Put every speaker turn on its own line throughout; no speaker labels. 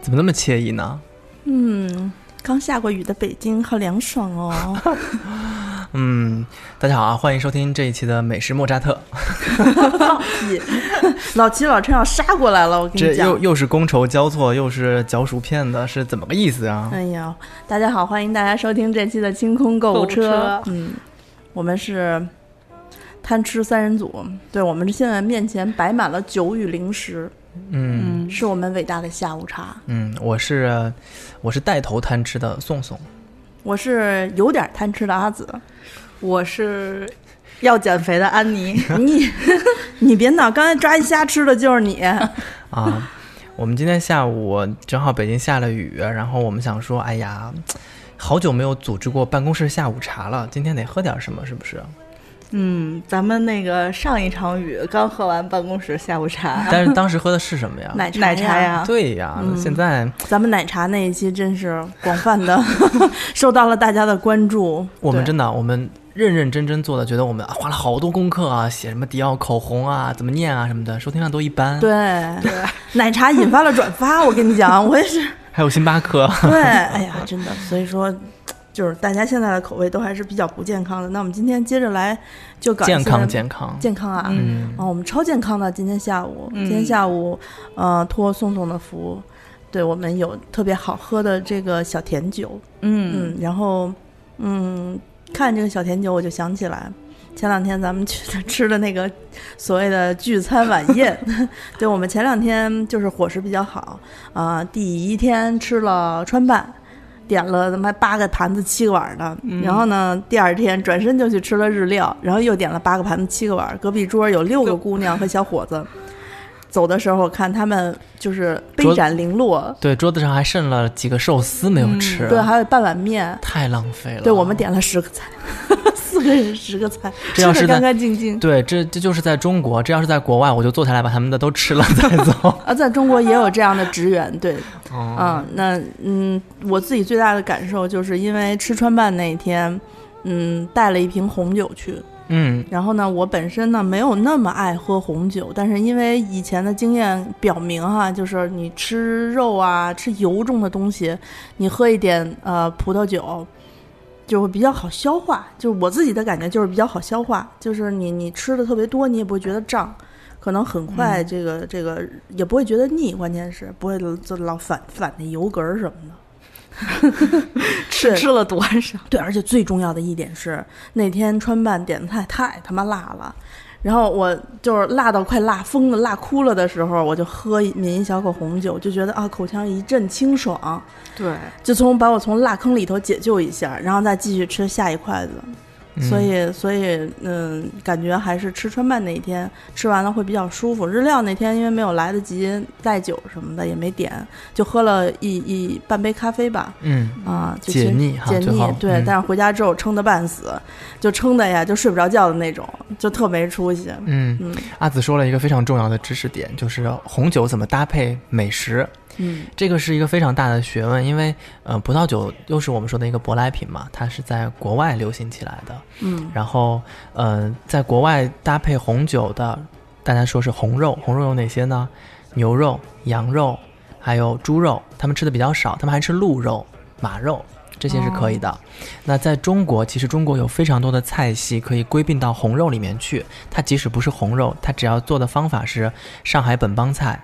怎么那么惬意呢？
嗯，刚下过雨的北京好凉爽 哦。
嗯，大家好啊，欢迎收听这一期的美食莫扎特。
放屁！老齐老陈要杀过来了，我跟
这
你
又
讲。
又是觥筹交错，又是嚼薯片的，是怎么个意思啊？
哎呀，大家好，欢迎大家收听这期的清空购物
购物车
嗯，我们是贪吃三人组，对我们现在面前摆满了酒与零食，
嗯
嗯，
是我们伟大的下午茶。
嗯，我是我是带头贪吃的宋宋，
我是有点贪吃的 阿紫，
我是要减肥的安妮。
你 你别闹，刚才抓一虾吃的就是 你。
啊，我们今天下午正好北京下了雨，然后我们想说，哎呀，好久没有组织过办公室下午茶了，今天得喝点什么，是不是？
嗯，咱们那个上一场雨刚喝完办公室下午茶，
但是当时喝的是什么呀？
奶茶
奶茶呀，
对呀，现在
咱们奶茶那一期真是广泛的 受到了大家的关注。
我们
对
真的我们认认真真做的，觉得我们啊花了好多功课啊，写什么迪奥口红啊，怎么念啊什么的，收听量都一般。，
对奶茶引发了转发，我跟你讲，我 也是
还有星巴 克，
对，哎呀，真的，所以说。就是大家现在的口味都还是比较不健康的。那我们今天接着来，就搞一些
健康健康。
健康啊，
嗯
啊，我们超健康的。今天下午，
嗯
今天下午，呃，托宋宋的福，对我们有特别好喝的这个小甜酒，
嗯
嗯，然后，嗯，看这个小甜酒，我就想起来前两天咱们去的 吃的那个所谓的聚餐晚宴， 对我们前两天就是伙食比较好啊、第一天吃了川饭。点了他妈八个盘子七个碗的，然后呢，第二天转身就去吃了日料，然后又点了八个盘子七个碗。隔壁桌有六个姑娘和小伙子，走的时候我看他们就是杯
桌
盏零落，
对，桌子上还剩了几个寿司没有吃，
嗯对，还有半碗面，
太浪费了。
对，我们点了十个菜， 四个人十个菜，
哦这要
吃
是
的
在
干干净净。
对，这这就是在中国，这要是在国外，我就坐下来把他们的都吃了 再走。
啊，在中国也有这样的职员，对，啊，那嗯，我自己最大的感受就是因为吃川办那一天，嗯，带了一瓶红酒去，
嗯，
然后呢，我本身呢没有那么爱喝红酒，但是因为以前的经验表明哈，就是你吃肉啊、吃油重的东西，你喝一点呃葡萄酒，就会比较好消化。就是我自己的感觉就是比较好消化，就是你你吃的特别多，你也不会觉得胀，可能很快这个、这个也不会觉得腻，关键是不会就老反反那油嗝儿什么的。
吃吃了多少？
对，而且最重要的一点是，那天川办点的菜太他妈辣了，然后我就是辣到快辣疯了、辣哭了的时候，我就喝一抿一小口红酒，就觉得啊，口腔一阵清爽，
对，
就从把我从辣坑里头解救一下，然后再继续吃下一筷子。
嗯
所以，所以，嗯，感觉还是吃川办那一天吃完了会比较舒服。日料那天因为没有来得及带酒什么的，也没点，就喝了一一半杯咖啡吧。
嗯，
啊，就
解
其实
腻哈
解
最
腻
后，
对。
嗯
但是回家之后撑得半死，就撑的呀，就睡不着觉的那种，就特没出息。
嗯
嗯
阿紫说了一个非常重要的知识点，就是红酒怎么搭配美食，
嗯
这个是一个非常大的学问，因为呃，葡萄酒又是我们说的一个舶来品嘛，它是在国外流行起来的。
嗯，
然后，呃，在国外搭配红酒的，大家说是红肉，红肉有哪些呢？牛肉、羊肉，还有猪肉，他们吃的比较少，他们还吃鹿肉、马肉，这些是可
哦
以的。那在中国，其实中国有非常多的菜系可以归并到红肉里面去。它即使不是红肉，它只要做的方法是上海本帮菜、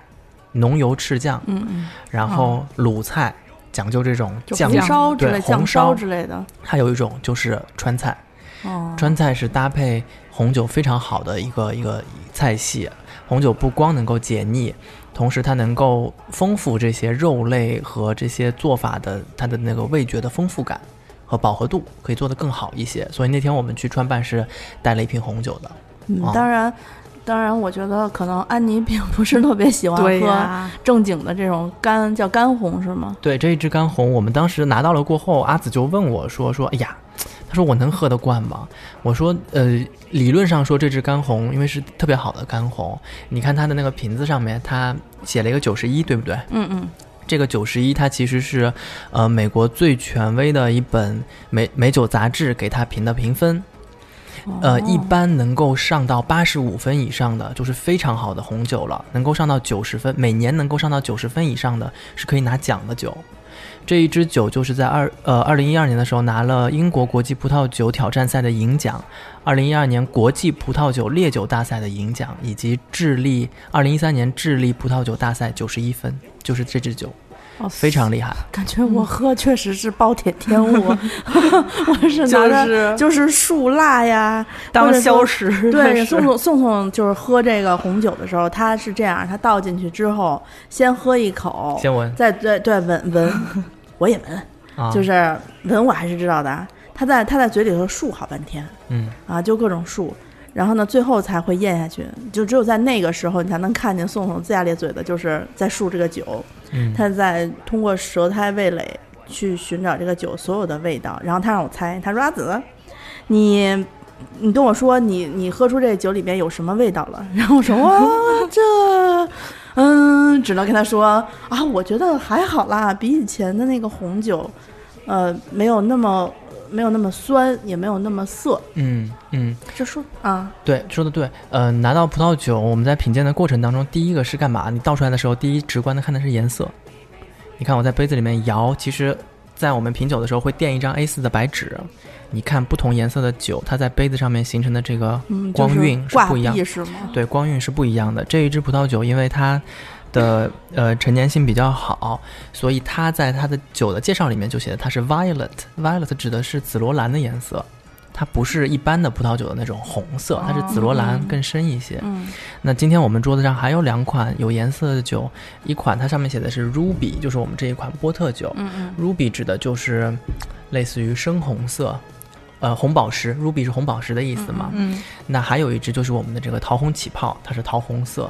浓油赤酱，
嗯嗯，
然后鲁菜讲究这种
就
酱
红
酱
烧之
对
类、
红
酱
烧
烧之类的。
还有一种就是川菜，
哦，
川菜是搭配红酒非常好的一个一个菜系。红酒不光能够解腻，同时它能够丰富这些肉类和这些做法的它的那个味觉的丰富感和饱和度，可以做得更好一些。所以那天我们去川办是带了一瓶红酒的，
嗯
哦
当然，当然，我觉得可能安妮并不是特别喜欢
对
喝
呀，
正经的这种干叫干红是吗？
对，这一支干红，我们当时拿到了过后，阿紫就问我说：“说，哎呀，他说我能喝得惯吗？”我说：“呃，理论上说这支干红，因为是特别好的干红，你看它的那个瓶子上面，它写了一个九十一，对不对？
嗯嗯，
这个九十一，它其实是，呃，美国最权威的一本美美酒杂志给它评的评分。呃，
哦
一般能够上到八十五分以上的，就是非常好的红酒了。能够上到九十分，每年能够上到九十分以上的，是可以拿奖的酒。这一支酒就是在二呃二零一二年的时候拿了英国国际葡萄酒挑战赛的银奖，二零一二年国际葡萄酒烈酒大赛的银奖，以及智利二零一三年智利葡萄酒大赛九十一分，就是这支酒
哦
非嗯常厉害。
感觉我喝确实是暴殄天物，啊 我是拿
就
着
是
就是树蜡呀，
当
或者说
消食
对，
对，
宋宋宋宋就是喝这个红酒的时候，他是这样，他倒进去之后，先喝一口，
先闻
再对对闻闻， 我也闻，
啊，
就是闻我还是知道的啊。他在他在嘴里头漱好半天
嗯，
啊，就各种漱，然后呢，最后才会咽下去。就只有在那个时候，你才能看见宋宋龇牙咧嘴的，就是在漱这个酒，
嗯
他在通过舌苔味蕾去寻找这个酒所有的味道。然后他让我猜，他说阿紫，你你跟我说你你喝出这酒里面有什么味道了？ 然后我说哇这。嗯，只能跟他说啊，我觉得还好啦，比以前的那个红酒，呃，没有那么没有那么酸，也没有那么涩，
嗯嗯，
就说啊，
对，说的对。呃，拿到葡萄酒，我们在品鉴的过程当中，第一个是干嘛？你倒出来的时候，第一直观的看的是颜色。你看我在杯子里面摇，其实，在我们品酒的时候会垫一张 A4 的白纸，你看不同颜色的酒，它在杯子上面形成的这个
嗯，就
光
是
晕是
挂
不一样
壁是吗？
对，光晕是不一样的。这一支葡萄酒，因为它的呃陈年性比较好，所以它在它的酒的介绍里面就写的它是 violet。violet 指的是紫罗兰的颜色，它不是一般的葡萄酒的那种红色，它是紫罗兰更深一些。
哦嗯，
那今天我们桌子上还有两款有颜色的酒，一款它上面写的是 ruby，就是我们这一款波特酒。
嗯嗯
ruby 指的就是类似于深红色，呃，红宝石。ruby 是红宝石的意思嘛？
嗯，
那还有一支就是我们的这个桃红起泡，它是桃红色，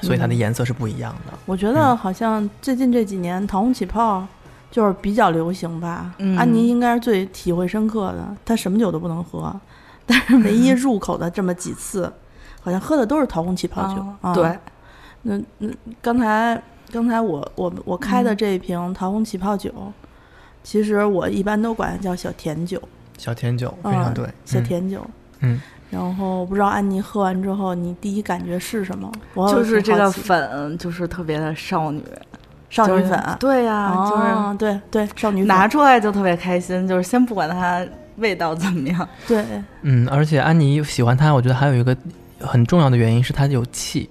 所以它的颜色是不一样的。
我觉得好像最近这几年桃红起泡就是比较流行吧。
嗯
安妮应该是最体会深刻的，她什么酒都不能喝， 但是唯一入口的这么几次，好像喝的都是桃红起泡酒。啊
哦对，，
那那刚才刚才我我我开的这一瓶桃红起泡酒，其实我一般都管它叫小甜酒，
小甜酒非
嗯
常对，
小
嗯
甜酒。
嗯
然后不知道安妮喝完之后，你第一感觉是什么？我
就是
很
这
好
个
奇
粉，就是特别的少女，
少女
就是
粉啊，
对呀、
哦，对对，少女
就
粉
是拿出来就特别开心，就是先不管它味道怎么样，
对，
嗯，而且安妮喜欢它，我觉得还有一个很重要的原因是它有气，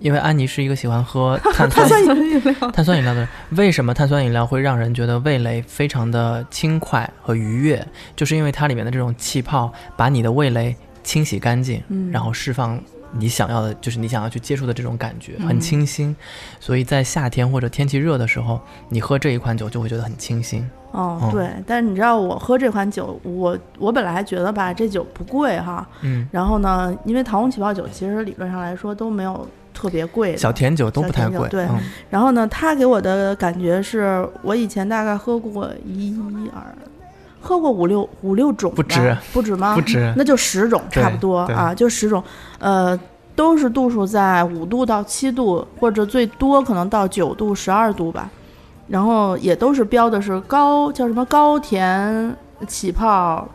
因为安妮是一个喜欢喝 碳酸
酸饮料，
碳酸饮料的人。为什么碳酸饮料会让人觉得味蕾非常的轻快和愉悦？就是因为它里面的这种气泡把你的味蕾清洗干净，
嗯，
然后释放你想要的，就是你想要去接触的这种感觉，
嗯
很清新。所以在夏天或者天气热的时候，你喝这一款酒就会觉得很清新。
哦
嗯，
对，但是你知道我喝这款酒，我我本来还觉得吧，这酒不贵哈，
嗯，
然后呢，因为桃红起泡酒其实理论上来说都没有特别贵的，
小甜酒都不太贵
小，甜酒对
嗯，
然后呢，它给我的感觉是我以前大概喝过一二，喝过五六五六种吧，
不止
不止吗？
不止。
那就十种
对
差不多
对
啊，就十种，呃，都是度数在五度到七度，或者最多可能到九度、十二度吧。然后也都是标的是高叫什么高甜起泡，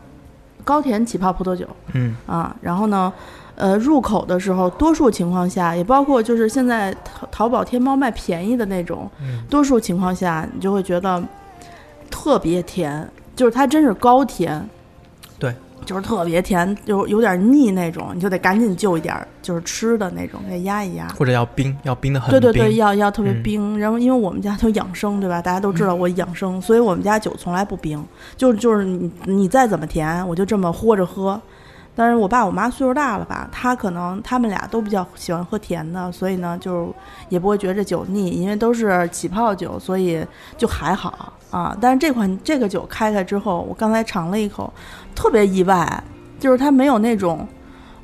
高甜起泡葡萄酒
嗯，
啊。然后呢，呃，入口的时候，多数情况下也包括就是现在淘淘宝、天猫卖便宜的那种，
嗯
多数情况下你就会觉得特别甜，就是它真是高甜，
对，
就是特别甜，就有点腻那种，你就得赶紧就一点儿，就是吃的那种，给压一压。
或者要冰，要冰的很
对
冰。
对对，要要特别
嗯
冰，然后因为我们家就养生，对吧？大家都知道我养生，所以我们家酒从来不冰，就就是你你再怎么甜，我就这么豁着喝。但是我爸我妈岁数大了吧，他可能他们俩都比较喜欢喝甜的，所以呢，就是也不会觉得这酒腻，因为都是起泡酒，所以就还好啊。但是这款这个酒开开之后，我刚才尝了一口，特别意外，就是它没有那种，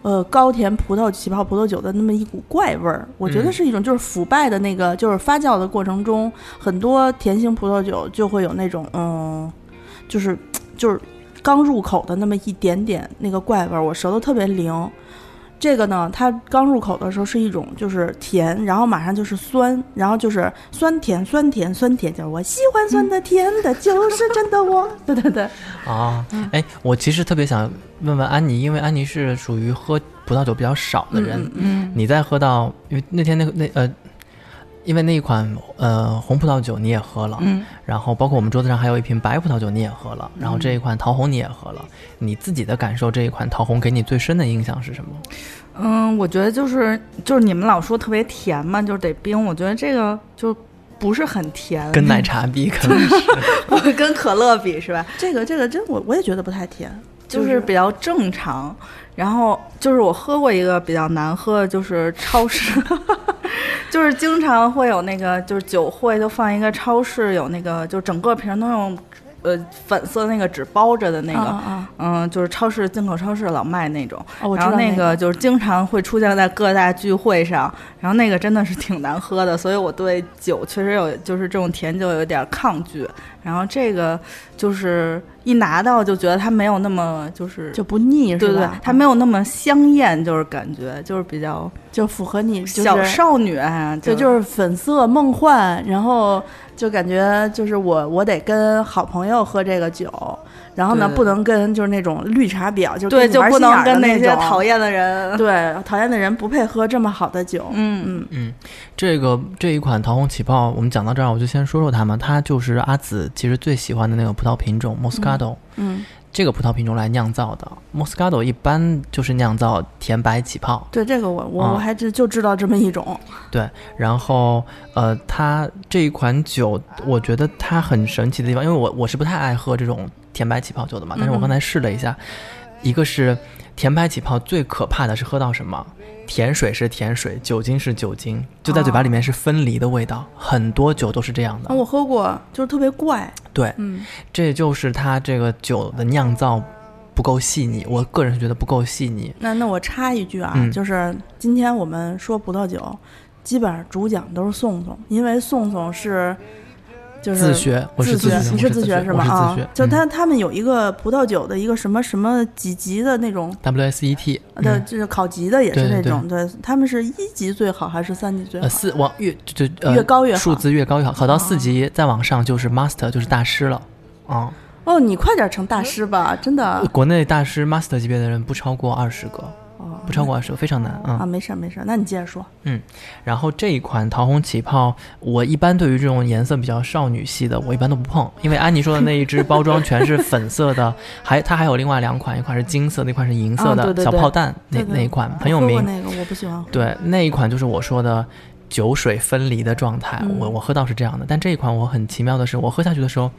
呃，高甜葡萄起泡葡萄酒的那么一股怪味儿。我觉得
嗯
是一种就是腐败的那个，就是发酵的过程中，很多甜型葡萄酒就会有那种嗯，就是就是刚入口的那么一点点那个怪味儿，我舌头特别灵。这个呢，它刚入口的时候是一种就是甜，然后马上就是酸，然后就是酸甜酸甜酸甜，就是我喜欢酸的甜的，就是真的 我。对对对，
啊，哎，我其实特别想问问安妮，因为安妮是属于喝葡萄酒比较少的人。
嗯，
你在喝到，因为那天那个那呃，因为那一款呃红葡萄酒你也喝了，
嗯，
然后包括我们桌子上还有一瓶白葡萄酒你也喝了，然后
嗯
这一款桃红你也喝了，你自己的感受，这一款桃红给你最深的印象是什么？
嗯，我觉得就是就是你们老说特别甜嘛，就是得冰，我觉得这个就不是很甜，
跟奶茶比，可能是
跟可乐比是吧？
这个这个真我我也觉得不太甜，
就
就是是
比较正常。然后就是我喝过一个比较难喝的，就是超市， 就是经常会有那个就是酒会就放一个超市有那个就整个瓶都用呃粉色那个纸包着的那
啊
个，
啊
嗯，就是超市进口超市老卖那种。
啊！我知
然
道
后那
个
个就是经常会出现在各大聚会上，然后那个真的是挺难喝的，所以我对酒确实有就是这种甜酒有点抗拒。然后这个就是一拿到就觉得它没有那么就是
就不腻
对
是
对
吧？，
它没有那么香艳，就是感觉就是比较
就符合你就是
小少女啊，
对，就是粉色梦幻，然后就感觉就是我我得跟好朋友喝这个酒，然后呢
对
不能跟就是那种绿茶婊，就是
对，
跟你
就
玩
不
心眼
能
儿的
跟那些
种
讨厌 的人。
对讨厌的人不配喝这么好的酒。
嗯，
嗯，
嗯，这个这一款桃红起泡，我们讲到这儿，我就先说说它嘛。它就是阿紫其实最喜欢的那个葡萄品种 Moscato，
嗯嗯
这个葡萄品种来酿造的。Moscato 一般就是酿造甜白起泡，
对这个我我、
啊
我还知就知道这么一种，
然后呃，它这一款酒，我觉得它很神奇的地方，因为我我是不太爱喝这种甜白起泡酒的嘛，但
嗯
是我刚才试了一下，一个是甜白起泡最可怕的是喝到什么？甜水是甜水，酒精是酒精，就在嘴巴里面是分离的味道，很多酒都是这样的。
啊，我喝过，就是特别怪，
对，
嗯，
这就是它这个酒的酿造不够细腻，我个人是觉得不够细腻。
那那我插一句啊，
嗯
就是今天我们说葡萄酒，基本上主讲都是宋宋，因为宋宋是就是
自学，我是
自
学，
学，你
我是
自
学
学吗？
我是
啊
自学，，
就
嗯
他他们有一个葡萄酒的一个什么什么几级的那种
WSET
的，
嗯
就是考级的也是
对
那
对
种，对，他们是一级最好还是三级最好
呃，？四往越就就呃
越高越好啊
数字越高越好，考到四级再往上就是 master 就是大师了。啊、
哦，你快点成
嗯
大师吧，真的
国内大师 master 级别的人不超过二十个，
哦
不超过二十个，非常难啊。嗯
啊，没事儿没事儿，那你接着说，
然后这一款桃红起泡，我一般对于这种颜色比较少女系的，我一般都不碰，因为安妮说的那一只包装全是粉色的， 还它还有另外两款，一款是金色的，一款是银色的，
啊对对
小
对
炮弹那
哦对对
那一款很有
喝过
名。
那个我不喜欢喝，
对，那一款就是我说的酒水分离的状态，
嗯
我我喝到是这样的。但这一款我很奇妙的是，我喝下去的时候，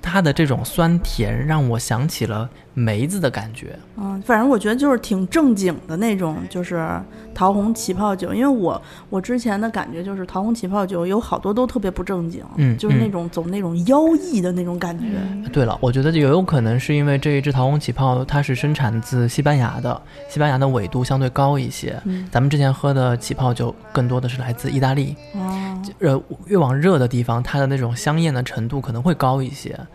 它的这种酸甜让我想起了梅子的感觉。
嗯，反正我觉得就是挺正经的那种，就是桃红起泡酒。因为我我之前的感觉就是桃红起泡酒有好多都特别不正经，
嗯
就是那
嗯
种走那种妖异的那种感觉。
嗯
对了，我觉得也有可能是因为这一支桃红起泡，它是生产自西班牙的，西班牙的纬度相对高一些。
嗯
咱们之前喝的起泡酒更多的是来自意大利，
哦，
呃，越往热的地方，它的那种香艳的程度可能会高一些，啊、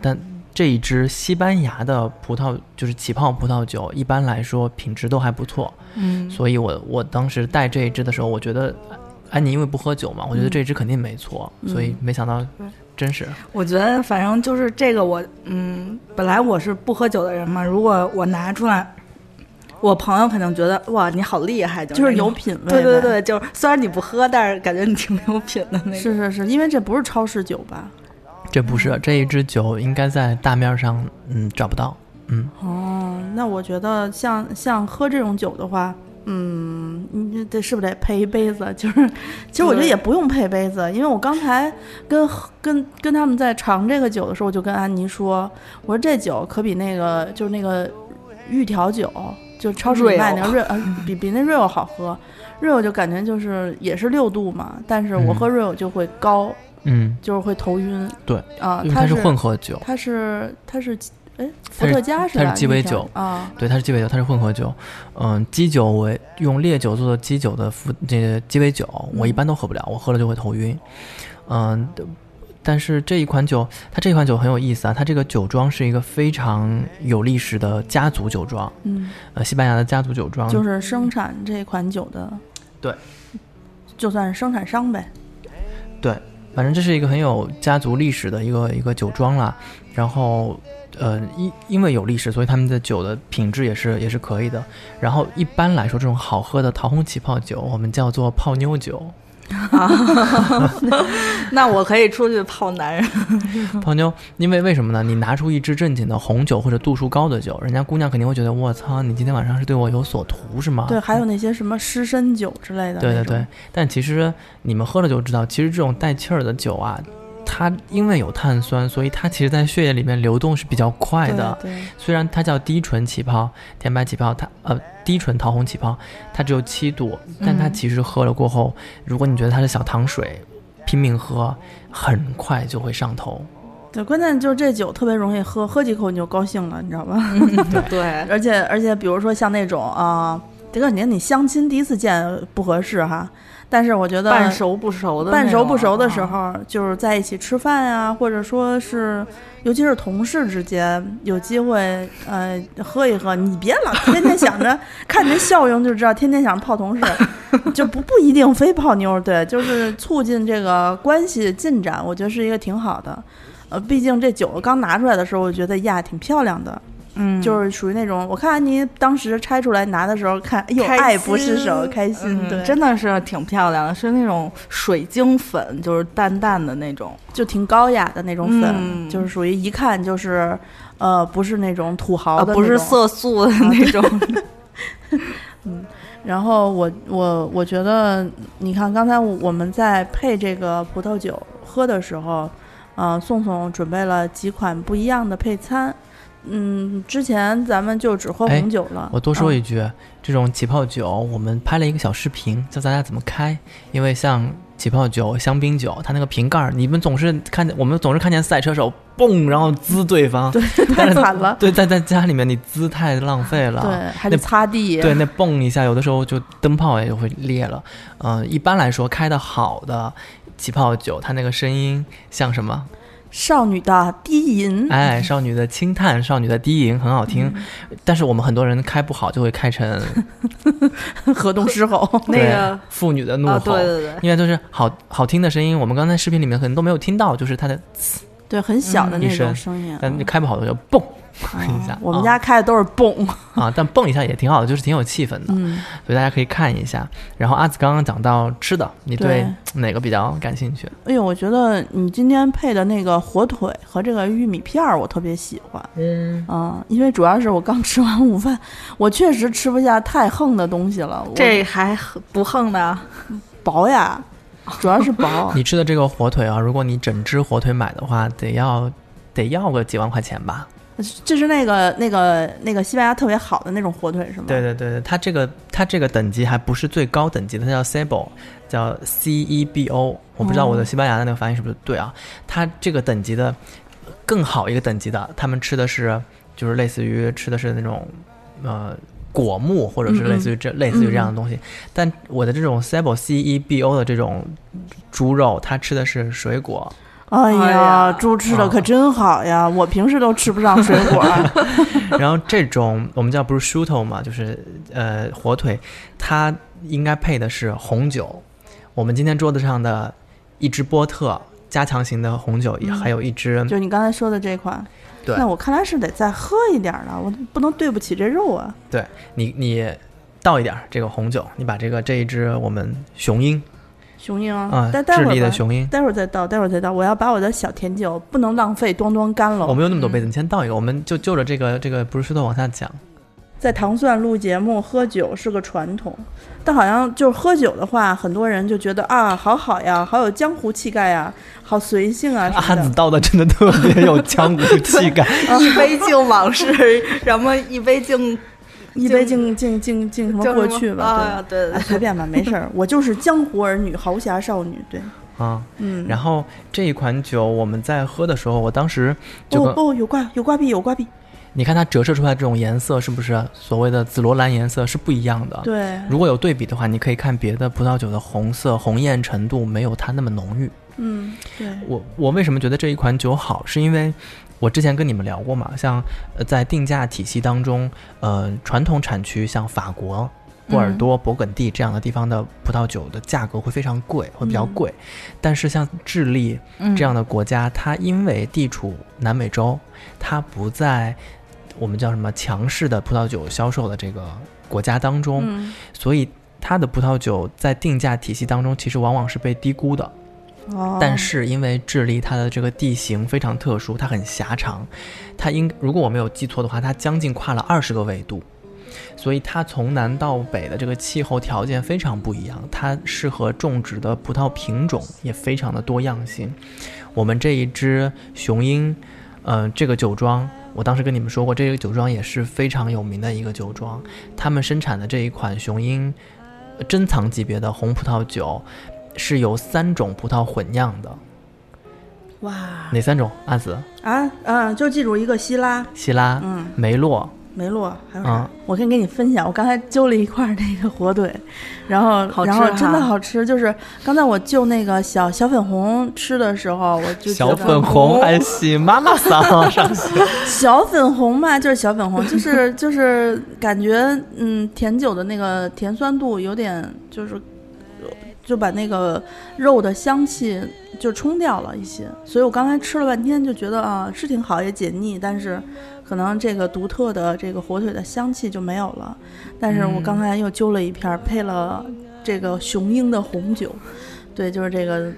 但这一支西班牙的葡萄就是起泡葡萄酒，一般来说品质都还不错，
嗯，
所以我我当时带这一支的时候，我觉得安妮因为不喝酒嘛，我觉得这一支肯定没错，所以没想到真是
我觉得反正就是这个我，嗯，本来我是不喝酒的人嘛，如果我拿出来，我朋友肯定觉得哇，你好厉害，
就是是
那
有
种。
品味。
对对，对，就是虽然你不喝，但是感觉你挺有品的那种。
是是是，因为这不是超市酒吧？
这不是这一支酒应该在大面上嗯找不到，嗯，
哦，那我觉得像像喝这种酒的话。嗯，你这是不是得配一杯子？ 就是，其实我觉得也不用配杯子，因为我刚才跟跟跟他们在尝这个酒的时候，我就跟安妮说，我说这酒可比那个就是那个预调酒，就超市里卖那个瑞，呃比比那瑞欧好喝。瑞欧就感觉就是也是六度嘛，但是我
嗯
喝瑞欧就会高，
嗯，
就是会头晕。
对
啊，
因为它是
是
混合酒，
它是它是哎伏
哦它是
特加是
它
吧？
是鸡
那
尾
瓶
酒
啊，
对，它是鸡尾酒，它是混合酒。嗯，基酒我用烈酒做的基酒的伏这个鸡尾酒，我一般都喝不了，我喝了就会头晕。嗯，但是这一款酒，它这款酒很有意思啊，它这个酒庄是一个非常有历史的家族酒庄，
嗯，
呃，西班牙的家族酒庄，
就是生产这款酒的，
对，
就算是生产商呗。
反正这是一个很有家族历史的一个一个酒庄啦。然后，呃，因因为有历史，所以他们的酒的品质也是也是可以的。然后一般来说，这种好喝的桃红起泡酒，我们叫做泡妞酒。
那我可以出去泡男人。
嗯
泡妞，因为为什么呢？你拿出一支正经的红酒或者度数高的酒，人家姑娘肯定会觉得我操，你今天晚上是对我有所图是吗？
对，还有那些什么湿身酒之类的。
啊对对对，，但其实你们喝了就知道，其实这种带气儿的酒啊，它因为有碳酸，所以它其实在血液里面流动是比较快
对
的。
对，
虽然它叫低醇起泡、甜白起泡，它呃低醇桃红起泡，它只有七度，但它
嗯
其实喝了过后，如果你觉得它是小糖水，拼命喝，很快就会上头。
对，关键就是这酒特别容易喝，喝几口你就高兴了，你知道吧？
嗯 对，
而且而且，比如说像那种啊，这个年你相亲第一次见不合适哈，但是我觉得
半熟不熟的那种，
半熟不熟的时
啊，
候，就是在一起吃饭啊，或者说是，尤其是同事之间，有机会呃喝一喝，你别 老天天想着看你这笑容就知道，天天想着泡同事， 就不不一定非泡妞儿，对，就是促进这个关系进展，我觉得是一个挺好的。呃，毕竟这酒刚拿出来的时候，我觉得呀挺漂亮的，
嗯，
就是属于那种，我看你当时拆出来拿的时候看，哎呦，
开
爱不释
心
手，开心，
嗯
对，
真的是挺漂亮的，是那种水晶粉，就是淡淡的那种。
就挺高雅的那种粉，
嗯
就是属于一看就是，呃，不是那种土豪
啊，
的、
不是。色素的那种，
然后我我我觉得，你看刚才我们在配这个葡萄酒喝的时候，呃，宋宋准备了几款不一样的配餐。嗯，之前咱们就只喝
哎
红酒了。
我多说
嗯
一句，这种起泡酒，我们拍了一个小视频，教大家怎么开。因为像起泡酒、香槟酒，它那个瓶盖儿，你们总是看见，我们总是看见赛车手嘣，然后滋对方。对，
太 惨了。
对，在在家里面你滋太浪费了。
对，还得
那
擦地。
对，那蹦一下，有的时候就灯泡也会裂了。嗯、一般来说，开的好的起泡酒，它那个声音像什么？
少女的低吟，
哎，少女的轻叹，少女的低吟，很好听。但是我们很多人开不好，就会开成
河东狮吼。
那
对
个
妇女的怒吼。
啊，对对对，
因为就是好好听的声音，我们刚才视频里面可能都没有听到，就是它的，
对，很小的
嗯一
那种
声
声音。啊
但你开不好的就蹦一下。
我们
啊
家开的都是蹦。
啊，但蹦一下也挺好的，就是挺有气氛的，
嗯，
所以大家可以看一下。然后阿紫刚刚讲到吃的，你对
对
哪个比较感兴趣？
哎呦，我觉得你今天配的那个火腿和这个玉米片儿，我特别喜欢。
嗯，。
嗯，因为主要是我刚吃完午饭，我确实吃不下太横的东西了。我
这还不横呢，
薄呀，主要是薄
你吃的这个火腿啊，如果你整只火腿买的话，得要得要个几万块钱吧？
这是那个那个那个西班牙特别好的那种火腿是吗？
对对对对，它这个它这个等级还不是最高等级的，它叫 cebo，叫 C E B O，我不知道我的西班牙的那个发音是不是对啊？它这个等级的更好一个等级的，他们吃的是就是类似于吃的是那种呃。果木，或者是类似于这、类似于这样的东西，但我的这种 cebo c e b o 的这种猪肉，它吃的是水果，
哎呀，
哎呀
猪
嗯
吃的可真好呀！我平时都吃不上水果。
然后这种我们叫 prosciutto 嘛，就是呃火腿，它应该配的是红酒。我们今天桌子上的一支波特加强型的红酒，也还有一支，
就你刚才说的这款，
对
那我看来是得再喝一点儿了，我不能对不起这肉啊。
对你你倒一点儿这个红酒，你把这个这一支我们雄鹰
雄鹰
啊、
待待
智
会
利
儿
的
吧。
雄鹰，
待会儿再倒，待会儿再倒。我要把我的小甜酒不能浪费，咣咣干
我
了。
们有那么多杯子，你先倒一个，我们就就着这个这个 prosciutto 往下讲。
在糖蒜录节目喝酒是个传统，但好像就是喝酒的话，很多人就觉得啊，好好呀，好有江湖气概呀，好随性啊什
阿
么
紫
的。
倒的真的特别有江湖气概，
一杯敬往事，什么一杯敬
一杯敬敬敬敬什么
叫
过
什么
去
啊
吧，，
对
对，
对
哎随便吧，没事儿。我就是江湖儿女，豪侠少女，对，
啊。
嗯。
然后这一款酒我们在喝的时候，我当时就
哦
跟
哦，有挂有挂壁有挂壁，
你看它折射出来这种颜色，是不是所谓的紫罗兰颜色是不一样的？，
对，
如果有对比的话，你可以看别的葡萄酒的红色红艳程度没有它那么浓郁。
嗯，对，
我我为什么觉得这一款酒好，是因为我之前跟你们聊过嘛，像呃在定价体系当中，呃传统产区像法国。波尔多、勃艮第这样的地方的葡萄酒的价格会非常贵，会比较贵。但是像智利
嗯
哎这样的国家，它因为地处南美洲，它不在我们叫什么强势的葡萄酒销售的这个国家当中，
嗯
所以它的葡萄酒在定价体系当中其实往往是被低估的。
哦，
但是因为智利它的这个地形非常特殊，它很狭长，它应如果我没有记错的话，它将近跨了二十个纬度，所以它从南到北的这个气候条件非常不一样，它适合种植的葡萄品种也非常的多样性。我们这一支雄鹰，呃，这个酒庄。我当时跟你们说过，这个酒庄也是非常有名的一个酒庄，他们生产的这一款雄鹰呃珍藏级别的红葡萄酒，是由三种葡萄混酿的，
啊哇
哪三种？阿紫、
啊
嗯，就记住一个希拉
希拉、
嗯
梅洛，
梅洛，还有啥？
嗯，
我可以跟你分享，我刚才揪了一块儿那个火腿，然后
好吃
然后
哈
真的好吃，就是刚才我就那个小小粉红吃的时候，我就觉
小
得哦
粉红，哎，喜妈妈 桑 上去，
小粉红嘛，就是小粉红，就是就是感觉嗯，甜酒的那个甜酸度有点就是就把那个肉的香气就冲掉了一些，所以我刚才吃了半天就觉得啊是挺好，也解腻，但是可能这个独特的这个火腿的香气就没有了。但是我刚才又揪了一片儿，配了这个雄鹰的红酒，对，就是这个。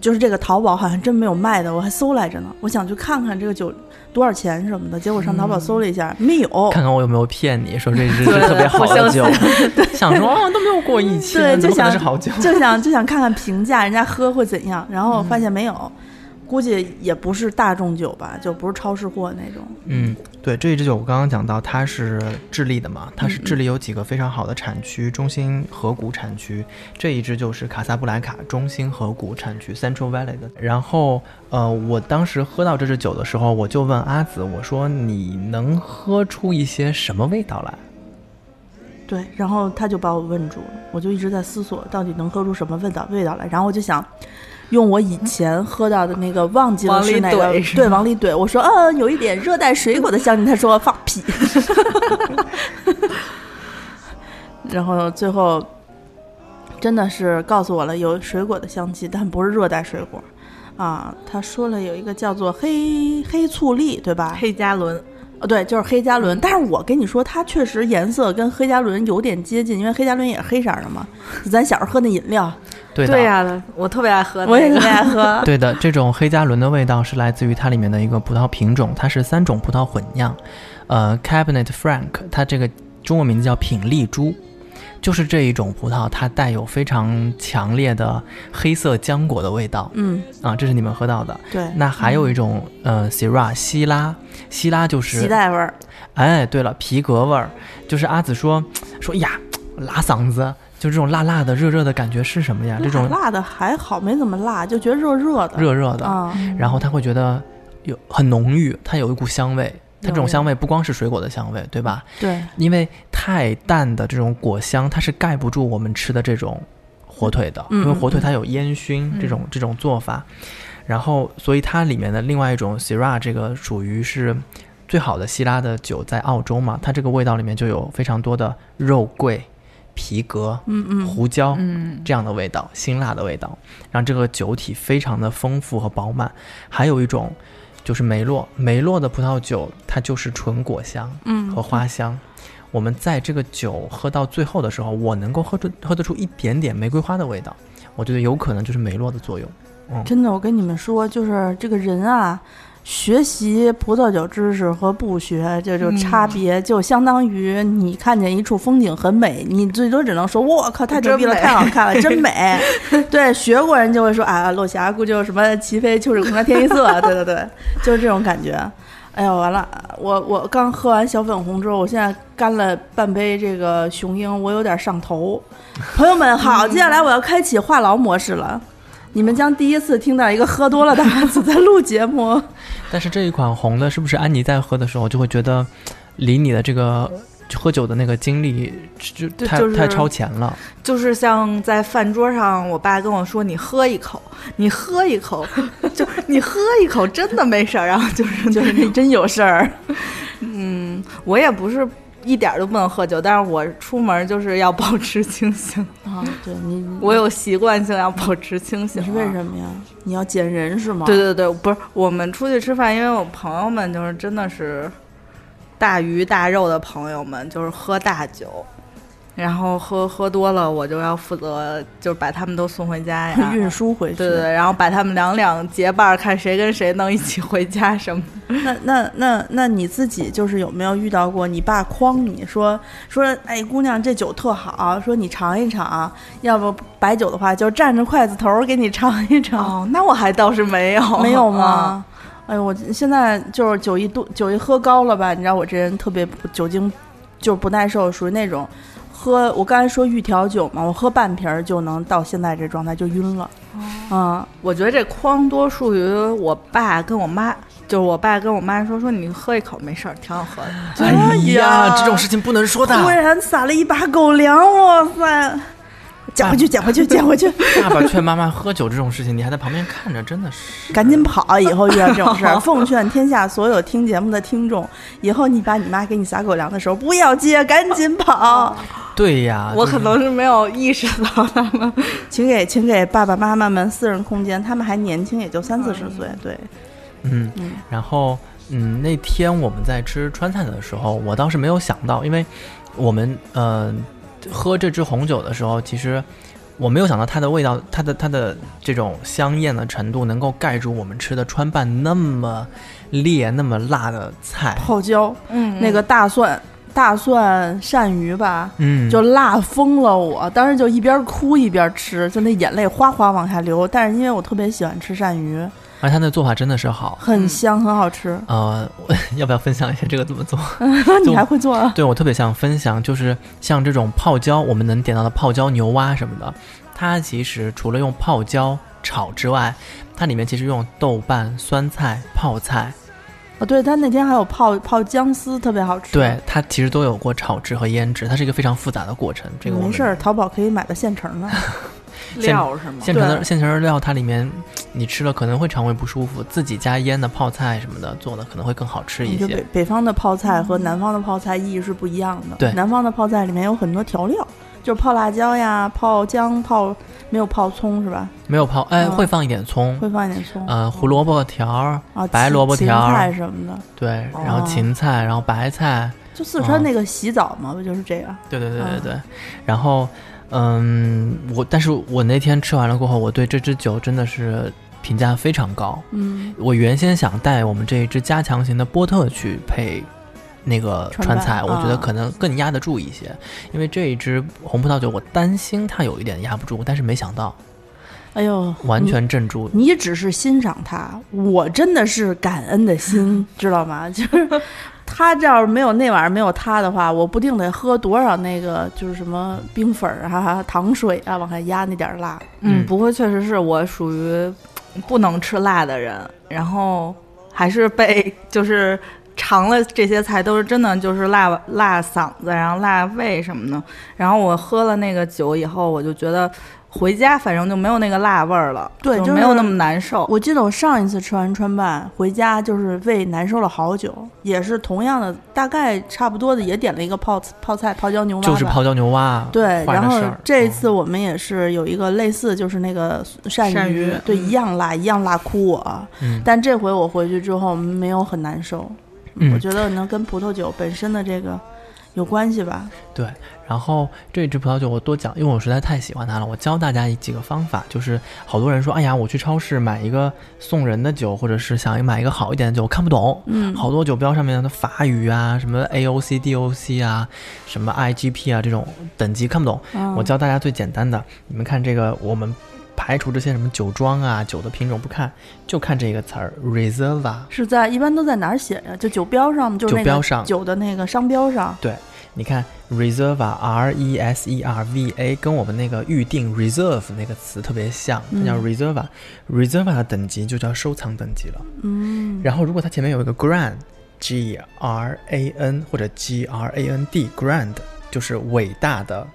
就是这个淘宝好像真没有卖的，我还搜来着呢。我想去看看这个酒多少钱什么的，结果上淘宝搜了一下，没有。
看看我有没有骗你说这支是
对
特别好
互
的
相
酒， 想说啊都没有过一千，
对
怎
就
么可能
想
是好酒？
就想就想看看评价，人家喝会怎样。然后发现没有，估计也不是大众酒吧，就不是超市货那种。
嗯，对，这一支酒我刚刚讲到，它是智利的嘛，它是智利有几个非常好的产区，中心河谷产区，这一支就是卡萨布莱卡中心河谷产区 （Central Valley） 的。然后，呃，我当时喝到这支酒的时候，我就问阿紫，我说你能喝出一些什么味道来？
对，然后他就把我问住了，我就一直在思索到底能喝出什么味道味道来，然后我就想。用我以前喝到的那个忘记了
往里
是哪个
怼是，
对，往里怼。我说，嗯，有一点热带水果的香气。他说放屁。 然后最后真的是告诉我了，有水果的香气，但不是热带水果。啊，他说了有一个叫做黑黑醋栗，对吧？
黑加仑，
哦，对，就是黑加仑。但是我跟你说，它确实颜色跟黑加仑有点接近，因为黑加仑也是黑色儿的嘛。就咱小时候喝那饮料，
对的，
对啊呀、我特别爱喝那个，
我也特别 爱 喝。
对的，这种黑加仑的味道是来自于它里面的一个葡萄品种，它是三种葡萄混酿，呃，Cabinet Franc，它这个中文名字叫品丽珠，就是这一种葡萄，它带有非常强烈的黑色浆果的味道
嗯，
啊，这是你们喝到的。
对，
那还有一种，呃，Syrah 希拉，希拉就是
脐带味儿。
哎，对了，皮革味儿，就是阿紫说说哎呀，拉嗓子，就这种辣辣的、热热的感觉是什么呀？这种
辣的还好，没怎么辣，就觉得热热的。
热热的，
啊，
然后他会觉得有很浓郁，它有一股香味。它这种
有
香味不光是水果的香味，对吧？
对，
因为太淡的这种果香，它是盖不住我们吃的这种火腿的，
嗯
因为火腿它有烟熏
嗯
这种、这种做法。然后，所以它里面的另外一种 Syrah 这个属于是最好的希拉的酒，在澳洲嘛，它这个味道里面就有非常多的肉桂、皮革、
嗯嗯，
胡椒，
嗯，
这样的味道，辛辣的味道，让这个酒体非常的丰富和饱满。还有一种就是梅洛，梅洛的葡萄酒它就是纯果香，
嗯
和花香。我们在这个酒喝到最后的时候，我能够喝出喝得出一点点玫瑰花的味道，我觉得有可能就是梅洛的作用。
嗯
真的，我跟你们说，就是这个人啊。学习葡萄酒知识和不学，这就
嗯
差别，就相当于你看见一处风景很美，你最多只能说“我靠，太牛逼了，
真美
太好看了，真 美” 。对，学过人就会说啊，落霞姑就什么齐飞秋水共长天一色，对对对，就是这种感觉。哎呀，完了，我我刚喝完小粉红之后，我现在干了半杯这个雄鹰，我有点上头。朋友们好，
嗯
接下来我要开启话痨模式了。你们将第一次听到一个喝多了的孩子在录节目。
但是这一款红的，是不是安妮在喝的时候就会觉得，离你的这个喝酒的那个经历就就
对
太、
就是
太超前了。
就是像在饭桌上，我爸跟我说：“你喝一口，你喝一口，就你喝一口，真的没事儿。”然后就是 就是你真有事儿。嗯，我也不是一点儿都不能喝酒，但是我出门就是要保持清醒，
啊，对你，
我有习惯性要保持清醒
你
啊。
是为什么呀？你要减人是吗？
对对对，不是我们出去吃饭，因为我朋友们就是真的是大鱼大肉的朋友们，就是喝大酒，然后喝喝多了，我就要负责就是把他们都送回家呀。
运输回去。
对对对，然后把他们两两结伴儿，看谁跟谁能一起回家什么的。
那那那那你自己就是有没有遇到过你爸诓你说说，哎，姑娘这酒特好，说你尝一尝，要不白酒的话就蘸着筷子头儿给你尝一尝，
哦，那我还倒是没有，
没有
啊？
吗？哎呦，我现在就是酒一度酒一喝高了吧，你知道我这人特别不酒精就是不耐受，属于那种喝我刚才说预调酒嘛，我喝半瓶儿就能到现在这状态就晕了，啊、
我觉得这筐多属于我爸跟我妈，就是我爸跟我妈说说你喝一口没事儿，挺好喝的。
啊
哎
呀
这种事情不能说的，
突然撒了一把狗粮，哇塞！捡回去，捡回去，捡回去！
爸爸劝妈妈喝酒这种事情，你还在旁边看着，真的是
赶紧跑！啊以后遇到这种事儿，奉劝天下所有听节目的听众，以后你爸你妈给你撒狗粮的时候，不要接，赶紧跑！
对呀，
我
就是
可能是没有意识到他们。
请给请给爸爸妈妈们私人空间，他们还年轻，也就三四十岁。对，
嗯，然后嗯，那天我们在吃川菜的时候，我倒是没有想到，因为我们呃喝这支红酒的时候，其实我没有想到它的味道，它的它的这种香艳的程度能够盖住我们吃的川拌那么烈、那么辣的菜。
泡椒
嗯
那个大蒜，大蒜鳝鱼吧，
嗯，
就辣疯了我，当时就一边哭一边吃，就那眼泪哗哗往下流。但是因为我特别喜欢吃鳝鱼，
而它的做法真的是好。
很香，很好 吃。
呃，我要不要分享一下这个怎么做？
你还会做 啊？
对我特别想分享，就是像这种泡椒，我们能点到的泡椒牛蛙什么的，它其实除了用泡椒炒之外，它里面其实用豆瓣、酸菜、泡菜，
哦，对，他那天还有泡泡姜丝，特别好吃。
对，它其实都有过炒制和腌制，它是一个非常复杂的过程。这个我
没
们
事儿，淘宝可以买到现成的。
料是吗？
现成的
对
现成的料，它里面你吃了可能会肠胃不舒服，自己家腌的泡菜什么的做的可能会更好吃一
嗯就
些
北。北方的泡菜和南方的泡菜意义是不一样的。
对
南方的泡菜里面有很多调料，就是泡辣椒呀、泡姜、泡没有泡葱是吧？
没有泡，哎，
嗯
会放一点葱，
会放一点葱
呃，胡萝卜条儿，
啊，
白
芹
萝卜
芹
条儿
菜什么的。
对，然后
哦
芹菜，然后白菜，
就四川
嗯
那个洗澡嘛，不就是这样？
对对对
嗯
对对，然后，嗯，我但是我那天吃完了过后，我对这支酒真的是评价非常高。
嗯，
我原先想带我们这一支加强型的波特去配那个
川
川
菜
菜，我觉得
啊
可能更压得住一些，因为这一支红葡萄酒我担心它有一点压不住，但是没想到
哎呦，
完
你
全镇住。
你只是欣赏他，我真的是感恩的心，知道吗？ 就是他这要是没有那玩意儿，没有他的话，我不定得喝多少那个就是什么冰粉儿啊、糖水啊，往下压那点儿辣。
嗯
嗯，不过确实是我属于不能吃辣的人，然后还是被就是尝了这些菜都是真的就是辣辣嗓子，然后辣胃什么的。然后我喝了那个酒以后，我就觉得回家反正就没有那个辣味儿了，
对
就
就是
没有那么难受。
我记得我上一次吃完川拌回家，就是胃难受了好久，也是同样的，大概差不多的，也点了一个泡泡菜泡椒牛蛙吧，
就是泡椒牛蛙，坏
对，
的
然后
事儿
这
嗯
次我们也是有一个类似，就是那个鳝鱼，
鳝鱼
对，
嗯
一样辣，一样辣哭我。
嗯
但这回我回去之后没有很难受，
嗯
我觉得能跟葡萄酒本身的这个有关系吧。
然后这支葡萄酒我多讲，因为我实在太喜欢它了。我教大家几个方法，就是好多人说，哎呀，我去超市买一个送人的酒，或者是想买一个好一点的酒，我看不懂。
嗯，
好多酒标上面的法语啊，什么 AOC、DOC 啊，什么 IGP 啊，这种等级看不懂。
嗯
我教大家最简单的，你们看这个，我们排除这些什么酒庄啊、酒的品种不看，就看这个词儿 Reserva。
是在一般都在哪儿写呀？就酒标上吗，就是
酒
那
标
个
上
酒的那个商标上。
你看 reserva r e s e r v a 跟我们那个预定 reserve 那个词特别像，它叫啊 reserva、reserva 的等级就叫收藏等级了。
嗯，
然后如果它前面有一个 grand， G R A N 或者 G R A N D Grand，就是伟大的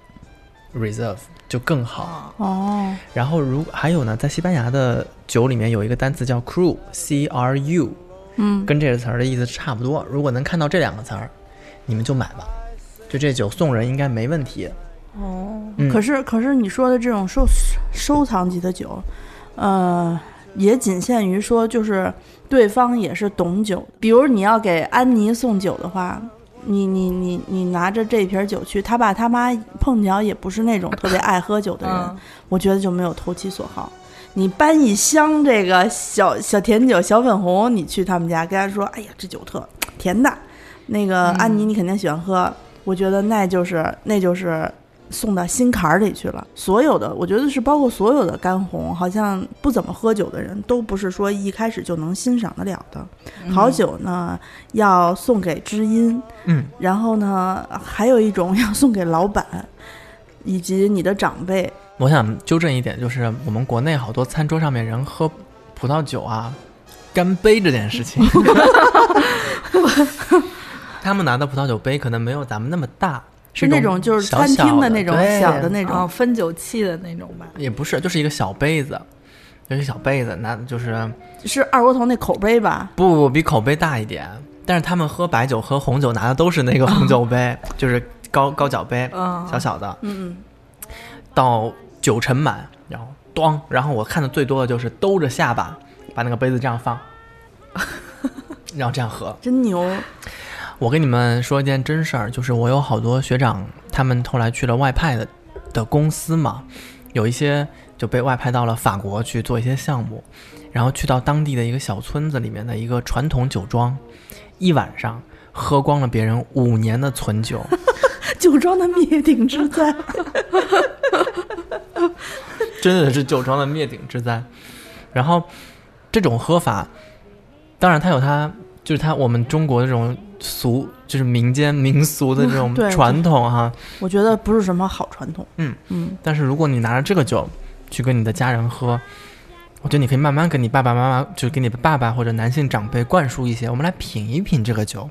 reserve 就更好。
哦，
然后如还有呢，在西班牙的酒里面有一个单词叫 cru，c r u，
嗯，
跟这个词儿的意思差不多。如果能看到这两个词儿，你们就买吧，就这酒送人应该没问题。
哦
嗯
可是可是你说的这种收收藏级的酒，呃，也仅限于说就是对方也是懂酒，比如你要给安妮送酒的话。你你你你拿着这瓶酒去，他爸他妈碰巧也不是那种特别爱喝酒的人，
嗯，
我觉得就没有投其所好。你搬一箱这个小小甜酒、小粉红，你去他们家跟他说：“哎呀，这酒特甜的。”那个安妮，你肯定喜欢喝。我觉得那就是那就是送到心坎儿里去了。所有的，我觉得是包括所有的干红，好像不怎么喝酒的人都不是说一开始就能欣赏得了的。好酒呢，要送给知音，
嗯，
然后呢，还有一种要送给老板，以及你的长辈。
我想纠正一点，就是我们国内好多餐桌上面人喝葡萄酒啊，干杯这件事 情，他们拿的葡萄酒杯可能没有咱们那么大，
是那种就是
小
餐
小
厅的那种
对
小的那
哦，
种，
分酒器的那种吧。
也不是，就是一个小杯子，就是一个小杯子，拿就是
是二锅头那口杯吧？
不不比口杯大一点，但是他们喝白酒喝红酒拿的都是那个红酒杯， 就是高高脚杯，
嗯，
小小的，
哦嗯
到九成满，然后咣，然后我看的最多的就是兜着下巴把那个杯子这样 放，然后这样喝。
真牛！
我跟你们说一件真事儿，就是我有好多学长，他们后来去了外派的的公司嘛，有一些就被外派到了法国去做一些项目，然后去到当地的一个小村子里面的一个传统酒庄，一晚上喝光了别人五年的存 酒，
酒庄的灭顶之灾，
真的是酒庄的灭顶之灾。然后这种喝法，当然它有它就是它我们中国这种俗，就是民间民俗的这种
嗯对
传统哈、
我觉得不是什么好传统。
嗯
嗯，
但是如果你拿着这个酒去跟你的家人喝，我觉得你可以慢慢跟你爸爸妈妈，就是给你爸爸或者男性长辈灌输一些，我们来品一品这个酒。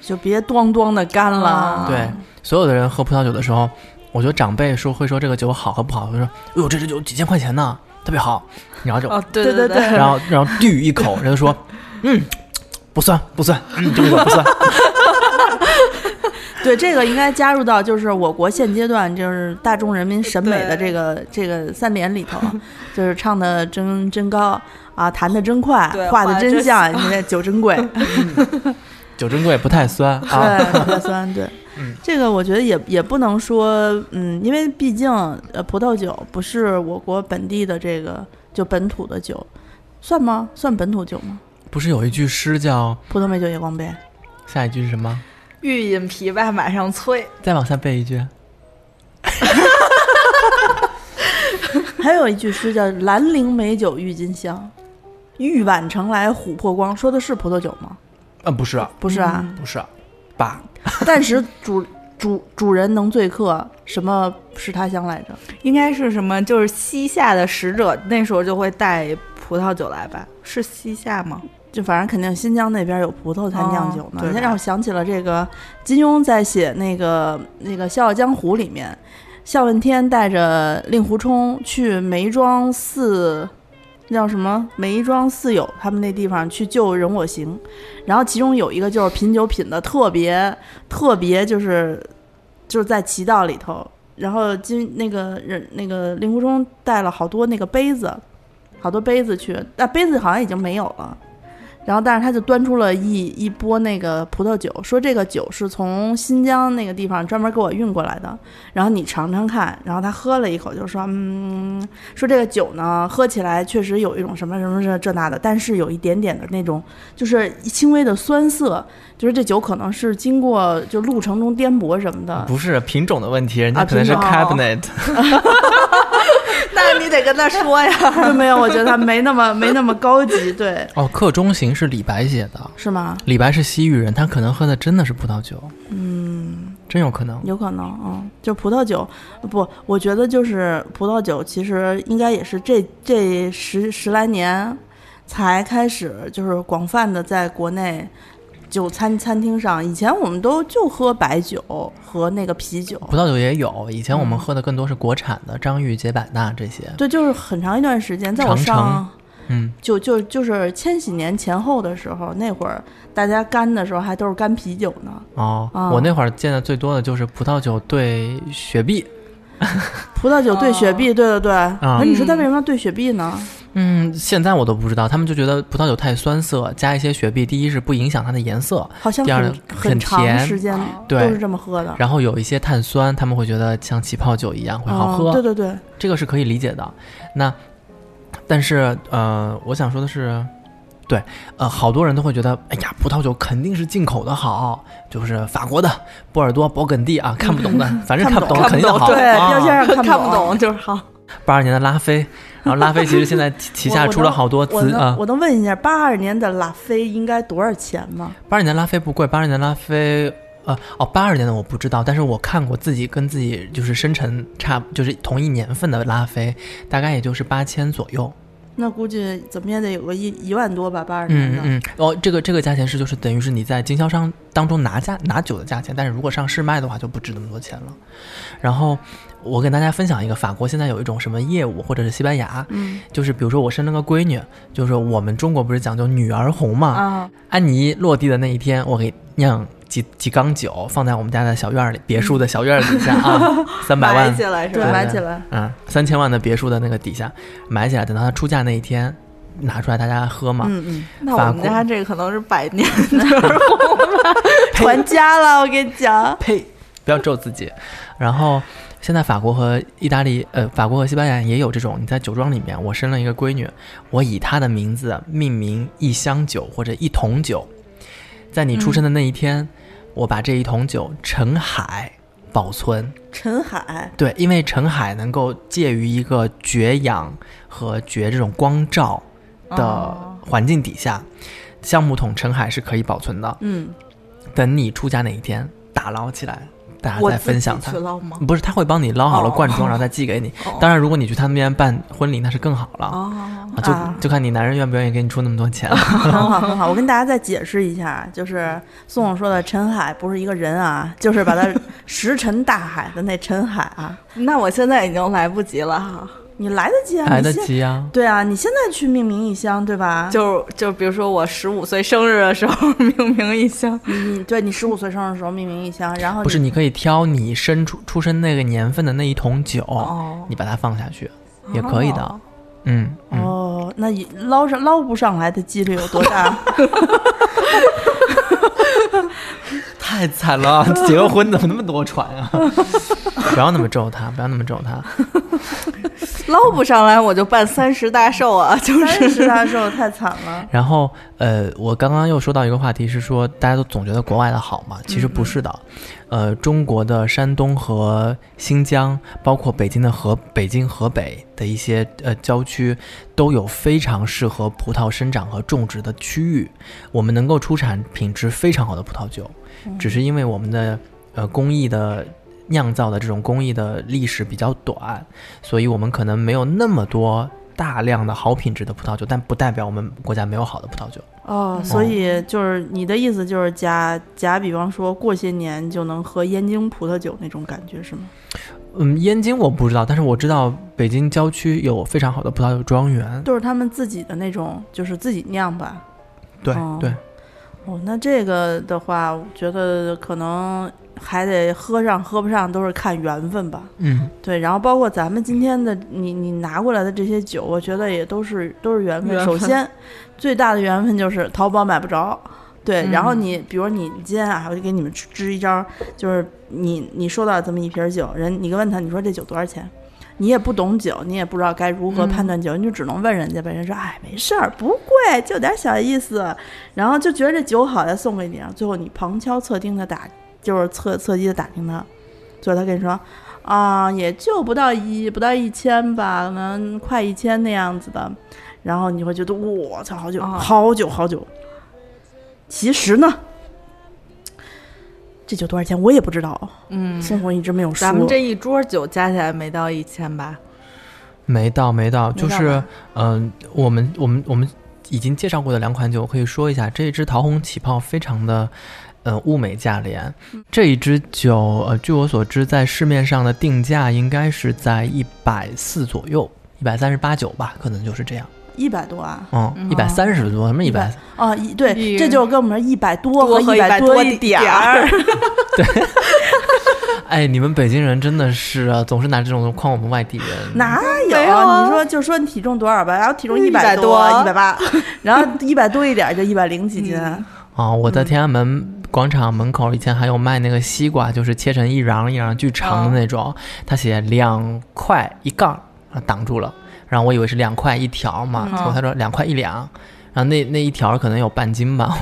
就别咣咣的干了啊。
对，所有的人喝葡萄酒的时候，我觉得长辈说会说这个酒好和不好，会说，哎呦，这支酒几千块钱呢，特别好。然后就，
哦，对
对
对
对对
然后然后ดื่一 口，人家说，嗯，不算不算，嗯，这个酒不算。
对，这个应该加入到就是我国现阶段就是大众人民审美的
对
这个这个三连里头， 就是唱的真真高啊，弹的真快
对，
画
画
的
得
真
真
像，你这酒真 贵。
酒真贵，不太酸啊。
对，葡萄酸，对，
嗯
这个我觉得也也不能说，嗯，因为毕竟呃，葡萄酒不是我国本地的这个就本土的酒，算吗？算本土酒吗？
不是有一句诗叫，
葡萄美酒夜光 杯，
下一句是什么？
欲饮琵琶马上催，
再往下背一句。
还有一句诗叫“兰陵美酒郁金香，玉碗盛来琥珀光”，说的是葡萄酒吗？
啊，不是
不是
嗯
啊，
不是，爸，
但是主主主人能醉客，什么是他乡来着？
应该是什么？就是西夏的使者那时候就会带葡萄酒来吧？是西夏吗？
就反正肯定新疆那边有葡萄才酿酒
哦
呢。
对吧
让我想起了这个金庸在写那个那个《笑傲江湖》里面，孝问天带着令狐冲去梅庄寺。那叫什么梅庄寺友，他们那地方去救人我行，然后其中有一个就是品酒品的特别特别，就是就是在奇道里头，然后金那个人那个令狐冲带了好多那个杯子，好多杯子去，那杯子好像已经没有了。然后，但是他就端出了一一波那个葡萄酒，说这个酒是从新疆那个地方专门给我运过来的，然后你尝尝看。然后他喝了一口，就说：“嗯，说这个酒呢，喝起来确实有一种什么什么这这那的，但是有一点点的那种，就是轻微的酸涩，就是这酒可能是经过就路程中颠簸什么的，
不是品种的问题，人家
啊
可能是
品种
cabinet，
那你得跟他说 呀。
没有，我觉得他没那么没那么高级，对，
哦，客中行是李白写的，
是吗？
李白是西域人，他可能喝的真的是葡萄酒，嗯，真有可能。
有可能，嗯，就葡萄酒，不，我觉得就是葡萄酒，其实应该也是这这十十来年才开始，就是广泛的在国内酒餐餐厅上，以前我们都就喝白酒和那个啤酒，
葡萄酒也有，以前我们喝的更多是国产的，张裕、杰百纳这些。
对，就是很长一段时间，在我
长
上。
城嗯，
就就就是千禧年前后的时候，那会儿大家干的时候还都是干啤酒呢。
哦，
啊
我那会儿见的最多的就是葡萄酒兑雪碧。
葡萄酒兑雪
哦
碧，对对对。
啊
那你说他
嗯
为什么要兑雪碧呢？
嗯，现在我都不知道，他们就觉得葡萄酒太酸涩，加一些雪碧，第一是不影响它的颜色，
好像
第二
很
呢很
很长
甜哦
时间都
对
是这么喝的。
然后有一些碳酸，他们会觉得像起泡酒一样会好喝。
嗯对对对，
这个是可以理解的。那但是呃，我想说的是，对，呃，好多人都会觉得，哎呀，葡萄酒肯定是进口的好，就是法国的波尔多、勃艮第啊，看不 懂的，反正看不
嗯看不
懂
懂
肯定好。
对，标签
啊，
上看
看不
不
懂就是好。
八二年的拉菲，然后拉菲其实现在旗 旗下
我
出了
能
好多
我
子啊
能，我能问一下，八二年的拉菲应该多少钱吗？
八二年拉菲不贵，八二年拉菲。呃，哦，八二年的我不知道，但是我看过自己跟自己就是生辰差，就是同一年份的拉菲，大概也就是八千左右。
那估计怎么也得有个一一万多吧，八二年
嗯
的。
嗯，哦，这个这个价钱是就是等于是你在经销商当中拿价拿酒的价钱，但是如果上市卖的话就不值那么多钱了。然后我给大家分享一个，法国现在有一种什么业务，或者是西班牙，
嗯
就是比如说我生了个闺女，就是我们中国不是讲究女儿红嘛，
嗯
啊，
安妮落地的那一天，我给酿几几缸酒放在我们家的小院儿里，别墅的小院儿底下啊， 三百
埋
万
起，来是
对，
对
嗯
吧？
买起来。
嗯，三千万的别墅的那个底下埋起来，等到它出价那一天拿出来大家喝嘛。
嗯嗯，
那
法
我们
国
家这个可能是百年，
传家了，我跟你讲。
呸，不要咒自己。然后现在法国和意大利，呃，法国和西班牙也有这种，你在酒庄里面，我生了一个闺女，我以她的名字命名一箱酒或者一桶酒，在你出生的那一天，
嗯
我把这一桶酒陈海保存。
陈海，
对，因为陈海能够介于一个绝氧和绝这种光照的
哦
环境底下，橡木桶陈海是可以保存的。
嗯，
等你出家哪一天打捞起来，大家
我
再
自
分
己
享它
去。捞吗？
不是，他会帮你捞好了
哦
罐装，然后再寄给你。
哦
当然，如果你去他那边办婚礼，那是更好了。
哦，
啊就、
啊
就看你男人愿不愿意给你出那么多钱了。
很 好很好。我跟大家再解释一下，就是宋总说的陈海不是一个人啊，就是把 他石沉大海的那陈海啊，
那我现在已经来不及了哈。
你来得及啊，
来
你
得
现。
及啊！
对啊，你现在去命名一箱，对吧？
就就比如说我十五岁生日的时候，命名一箱，
你对你十五岁生日的时候命名一箱，然后
不是，你可以挑你生出出生那个年份的那一桶酒，
哦
你把它放下去，也可以的。
哦
嗯，嗯
哦，那你捞上捞不上来的几率有多 大？
太惨了，结个婚怎么那么多船 啊？ 不要那么咒他，不要那么咒他。
捞不上来我就办三十大寿啊， 就
三
是
十大寿太惨 了。
然后，呃，我刚刚又说到一个话题，是说大家都总觉得国外的好嘛，其实不是的。呃，中国的山东和新疆，包括北京的河北京、河北的一些呃郊区，都有非常适合葡萄生长和种植的区域。我们能够出产品质非常好的葡萄酒，只是因为我们的呃工艺的。酿造的这种工艺的历史比较短，所以我们可能没有那么多大量的好品质的葡萄酒，但不代表我们国家没有好的葡萄酒。
哦，所以就是你的意思就是假假，比方说过些年就能喝燕京葡萄酒那种感觉是吗？
嗯，燕京我不知道，但是我知道北京郊区有非常好的葡萄酒庄园。
都是他们自己的那种，就是自己酿吧。
对、
哦
对，
哦，那这个的话，我觉得可能还得喝上喝不上都是看缘分吧。
嗯，
对，然后包括咱们今天的你你拿过来的这些酒，我觉得也都是都是缘分。
缘分
首先，最大的缘分就是淘宝买不着。对，然后
嗯
你比如你今天啊，我就给你们支支一招，就是你你收到这么一瓶酒，人你问他，你说这酒多少钱？你也不懂酒，你也不知道该如何
嗯
判断酒，你就只能问人家呗。人说，哎，没事儿，不贵，就点小意思。然后就觉得这酒好，再送给你。最后你旁敲侧听的打，就是侧侧击的打听他，最后他跟你说，啊，也就不到一不到一千吧，可能快一千那样子的。然后你会觉得我操，好久、
啊
好久好久。其实呢，这酒多少钱我也不知道，
嗯，
宋红一直没有说。
咱们这一桌酒加起来没到一千吧？
没到没到，就
没到
是
吧
嗯、我们我们我们已经介绍过的两款酒，我可以说一下，这一支桃红起泡非常的。呃，物美价廉，这一支酒，呃，据我所知，在市面上的定价应该是在一百四左右，一百三十八九吧，可能就是这样。
一百多啊，
嗯，一百三十多，什么一百？
啊，一对
一，
这就是跟我们一百多
多和
一
100多
多
一
点
点
儿。
哎，你们北京人真的是啊，总是拿这种东西诓我们外地人。
哪有？
没有啊
你说就说你体重多少吧，然后体重一
100
百
多
一百 八，然后一百多一点就一百零几斤。
嗯
啊，我在天安门广场门口以前还有卖那个西瓜，就是切成一瓤一瓤巨
嗯
长的那种，他写两块一杠，啊挡住了，然后我以为是两块一条嘛，
嗯
结果他说两块一两，然后那那一条可能有半斤吧，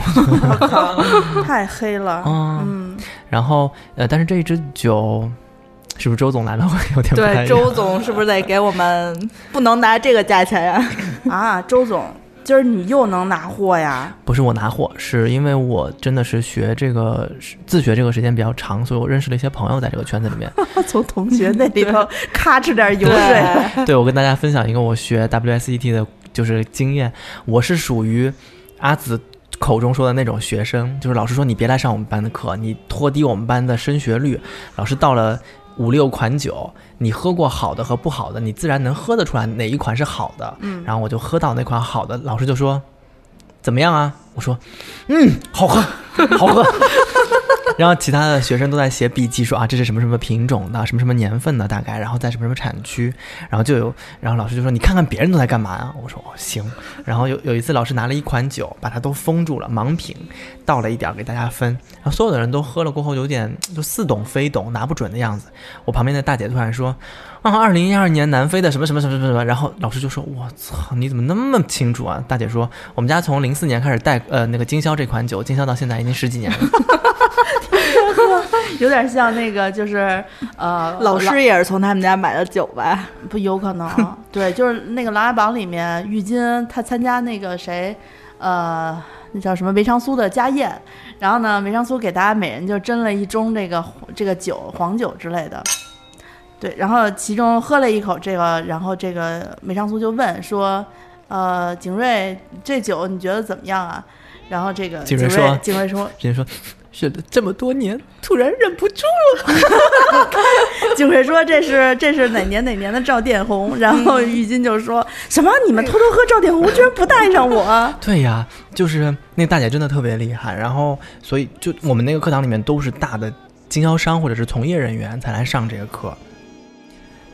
太黑了。
啊，
嗯，
然后呃，但是这一支酒是不是周总来了 会有点不太
对，
一样？
周总是不是得给我们不能拿这个价钱呀、
啊，周总，今儿你又能拿货呀？
不是我拿货，是因为我真的是学这个是自学这个时间比较长，所以我认识了一些朋友在这个圈子里面。
从同学那里头咔哧点油水。
对，
对，我跟大家分享一个我学 WSET 的就是经验，我是属于阿紫口中说的那种学生，就是老师说你别来上我们班的课，你拖低我们班的升学率。老师到了五六款酒，你喝过好的和不好的，你自然能喝得出来哪一款是好的。嗯，然后我就喝到那款好的，老师就说怎么样啊？我说嗯，好喝，好喝。 然后其他的学生都在写笔记说啊，这是什么什么品种的，什么什么年份的，大概，然后在什么什么产区，然后就有，然后老师就说你看看别人都在干嘛啊？我说哦行，然后有有一次老师拿了一款酒，把它都封住了，盲品，倒了一点儿给大家分，然后所有的人都喝了过后有点就似懂非懂，拿不准的样子。我旁边的大姐突然说啊，二零一二年南非的什么什么什么什么什么，然后老师就说我操，你怎么那么清楚啊？大姐说我们家从零四年开始带呃那个经销这款酒，经销到现在已经十几年了。
有点像那个，就是呃，
老师也是从他们家买的酒吧？
不有可 能，对，就是那个《琅琊榜》里面，郁金他参加那个谁，呃，那叫什么梅长苏的家宴，然后呢，梅长苏给大家每人就斟了一盅这个这个酒，黄酒之类的。对，然后其中喝了一口这个，然后这个梅长苏就问说：“呃，景睿，这酒你觉得怎么样啊？”然后这个
景
景
睿
睿
说
景睿说，
人家说 忍了这么多年，突然忍不住。
景睿说这是这是哪年哪年的赵殿红，
嗯
然后郁金就说什么你们偷偷喝赵殿红，居然不带 上我？
对呀，就是那大姐真的特别厉害，然后所以就我们那个课堂里面都是大的经销商或者是从业人员才来上这个课。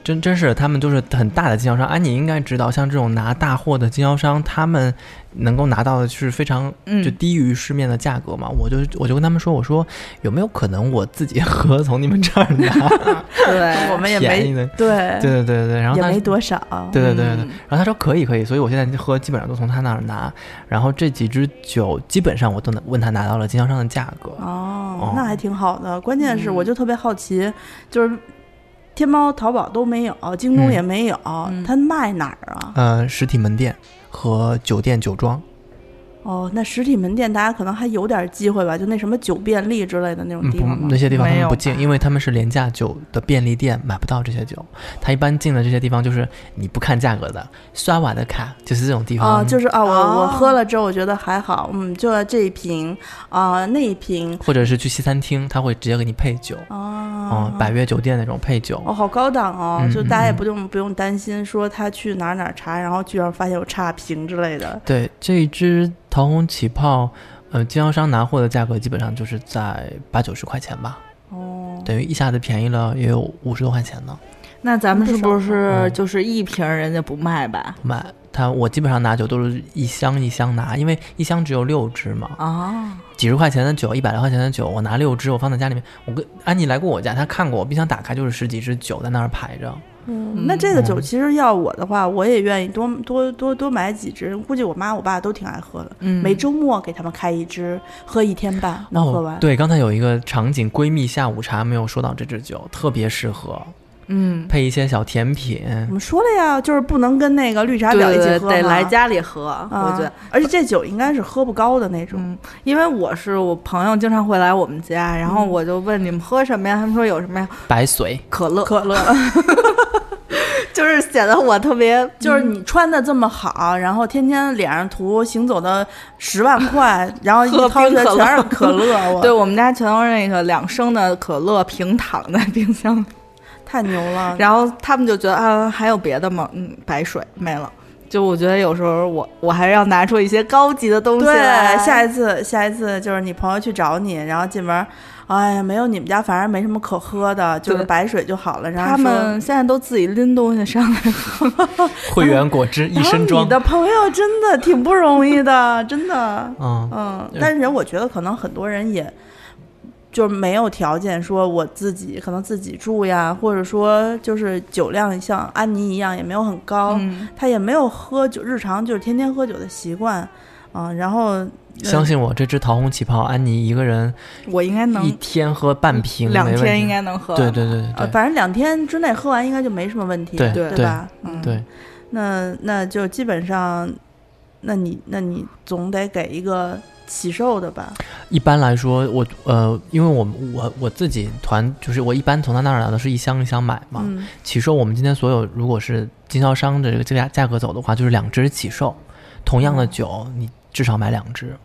真真是，他们就是很大的经销商。安、妮应该知道，像这种拿大货的经销商，他们能够拿到的是非常就
嗯，
低于市面的价格嘛。我就我就跟他们说，我说有没有可能我自己 喝从你们这儿拿
对，
我们也
便宜
没
的？
对
对对对对，然后
也
他
没多少。
对对对对对
嗯，
然后他说可以可以，所以我现在喝基本上都从他那儿拿，然后这几支酒基本上我都能问他拿到了经销商的价格。哦
哦，那还挺好的。关键是
嗯
我就特别好奇，就是天猫、淘宝都没有，京东
嗯
也没有，
嗯
它卖哪儿啊？
呃，实体门店和酒店酒庄，
哦，那实体门店大家可能还有点机会吧，就那什么酒便利之类的那种
嗯，
地
不
方吗
那？些地方他
没
们
有
不进，
吧
因为他们是廉价酒的便利店买不到这些酒，他一般进了这些地方就是你不看价格的，刷碗的卡就是这种地
啊、
方，
就是啊，我、我
哦
喝了之后，我觉得还好，嗯，就这一瓶啊、那一瓶
或者是去西餐厅，他会直接给你配酒，
啊
嗯，，百悦酒店那种配酒，
哦，好高档哦，
嗯
就大家也
嗯嗯
不用不用担心说他去哪儿哪儿查，然后居然发现有差评之类的。
对，这一支桃红起泡，呃，经销商拿货的价格基本上就是在八九十块钱吧，
哦，
等于一下子便宜了也有五十多块钱呢。
那咱们是不是
嗯
就是一瓶人家不卖吧？
买它，我基本上拿酒都是一箱一箱拿，因为一箱只有六支嘛，
哦
啊，
几十块钱的酒，一百来块钱的酒，我拿六支，我放在家里面。我跟安妮来过我家，她看过我冰箱打开就是十几支酒在那儿排着。
嗯那这个酒
嗯
其实要我的话，我也愿意多多多多买几支，估计我妈我爸都挺爱喝的。
嗯
每周末给他们开一支，喝一天半能喝完。
哦，对，刚才有一个场景，闺蜜下午茶没有说到这支酒，特别适合
嗯，
配一些小甜品。
我们说了呀，就是不能跟那个绿茶
对
婊一
对
起
对，
喝
得
嘛
来家里喝，
啊
我觉得。
而且这酒应该是喝不高的那种。
嗯，因为我是我朋友经常会来我们家，然
嗯
后我就问你们喝什么呀？他们说有什么呀？
白水，
可乐，
可乐，
就是显得我特别
就是你穿的这么好，然后天天脸上涂，行走的十万块，然后一
喝
掏出来
冰可乐
全是可乐， 我
对我们家全都是那个两升的可乐平躺在冰箱里，
太牛了。
然后他们就觉得啊，还有别的吗？嗯，白水没了。就我觉得有时候我 我还是要拿出一些高级的东西
对
来。，
下一次，下一次就是你朋友去找你，然后进门，哎呀，没有你们家，反正没什么可喝的，就是
对
白水就好了。然后
他
说
们现在都自己拎东西上来喝，
会员果汁一
然后
身装
你，的朋友真的挺不容易的，真的。
嗯，
嗯
嗯，
但是我觉得可能很多人也就是没有条件说我自己可能自己住呀，或者说就是酒量像安妮一样也没有很高，
嗯
他也没有喝酒，日常就是天天喝酒的习惯啊、然后
相信我，这支桃红起泡，安妮一个人
我应该
一
能
天喝半瓶，
两
没问
天
题
应该能喝。
对对对
呃，
对对
反正两天之内喝完应该就没什么问题，
对
对
吧？嗯，
对，
那那就基本上，那你那你总得给一个起售的吧？
一般来说，我呃，因为我我我自己团就是我一般从他那儿拿的是一箱一箱买嘛，
嗯，
起售我们今天所有如果是经销商的这个这个价价格走的话，就是两支起售，同样
嗯
的酒你至少买两支，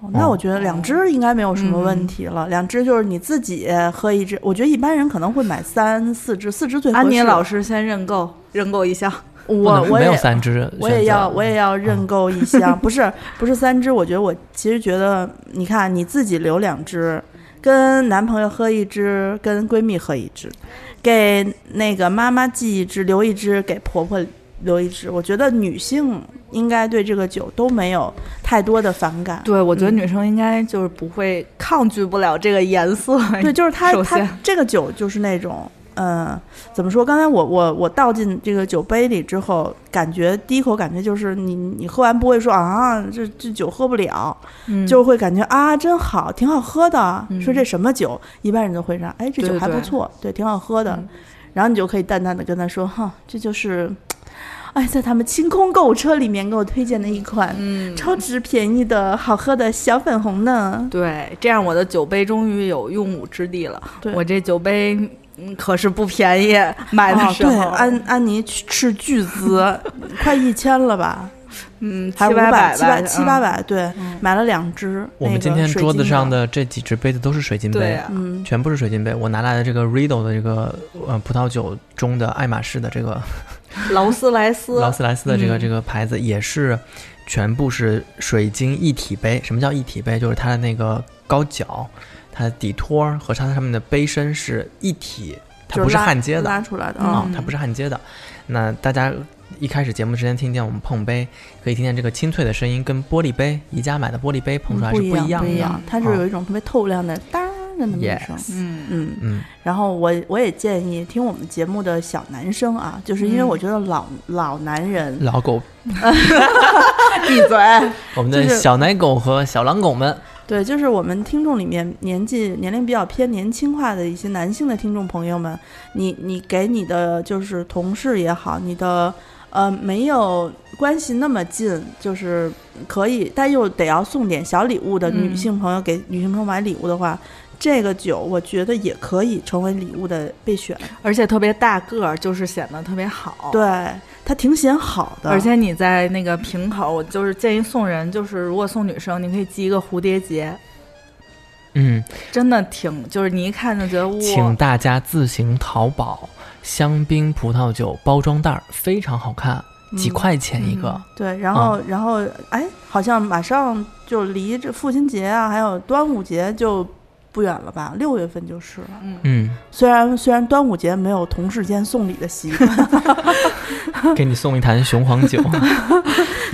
哦那我觉得两支应该没有什么问
嗯
题了。两支就是你自己喝一支，我觉得一般人可能会买三四支，四支最合适。
安妮老
师，
师先认购，认购一箱。
不
我
能
我
哦没有
也
三支选择，嗯
我也要我也要认购一箱， 不是不是三支。我觉得我其实觉得，你看你自己留两支，跟男朋友喝一支，跟闺蜜喝一支，给那个妈妈寄一支，留一支给婆婆。留一支，我觉得女性应该对这个酒都没有太多的反感。
对，我觉得女生应该就是不会抗拒不了这个颜色。
对，就是它
首
它
先
这个酒就是那种，嗯，怎么说？刚才我我我倒进这个酒杯里之后，感觉第一口感觉就是你你喝完不会说啊，这这酒喝不了，
嗯
就会感觉啊真好，挺好喝的。
嗯
说这什么酒？一般人都会说，哎，这酒
对对
还不
对
错，对挺好喝的。
嗯
然后你就可以淡淡的跟他说，哈，这就是。哎，在他们清空购物车里面给我推荐的一款、
嗯，
超值便宜的好喝的小粉红呢。
对，这样我的酒杯终于有用武之地了。
对
我这酒杯嗯可是不便宜，买的
哦，
时
对，
候、
安安妮去斥巨 资，快一千了吧？
嗯七
还是五
八
百、
百
七百、
吧
七八。
嗯
百？对，买了两只。
我们
那个
今天
水
桌子
晶
上
的，
的这几只杯子都是水晶
对
杯，
啊
嗯，
全部是水晶杯。我拿来的这个 Riddle 的这个呃葡萄酒中的爱马仕的这个
劳斯莱斯，
劳斯莱斯的这个、
嗯
这个牌子也是全部是水晶一体杯。什么叫一体杯？就是它的那个高脚、它的底托儿和它上面的杯身是一体，它
就
不是
拉
焊接的
拉
啊、
出来的
嗯
啊。
它不是焊接的。那大家一开始节目之前听见我们碰杯，可以听见这个清脆的声音，跟玻璃杯宜家买的玻璃杯碰出来是
一
不
样，
样
嗯不
的。
一样，它是
啊
有一种特别透亮的当儿的那么一声。
嗯，
嗯，
嗯，
然后我我也建议听我们节目的小男生啊，就是因为
嗯
我觉得老老男人，
老狗，
闭嘴，
我们
就
的
是
小奶狗和小狼狗们，
对，就是我们听众里面年纪年龄比较偏年轻化的一些男性的听众朋友们，你你给你的就是同事也好，你的呃没有关系那么近，就是可以，但又得要送点小礼物的女
嗯
性朋友给女性朋友买礼物的话，这个酒我觉得也可以成为礼物的备选，
而且特别大个儿，就是显得特别好。。
对，它挺显好的，
而且你在那个瓶口，我就是建议送人，就是如果送女生，你可以系一个蝴蝶结，
嗯，
真的挺，就是你一看就觉得
请
哇，
大家自行淘宝香槟葡萄酒包装袋，儿，非常好看，几
嗯
块钱一个。
嗯
对，然后、然后哎，好像马上就离这父亲节啊，还有端午节就不远了吧？六月份就是了。
嗯，
虽然虽然端午节没有同事间送礼的习 惯，
嗯给你送一坛雄黄 酒，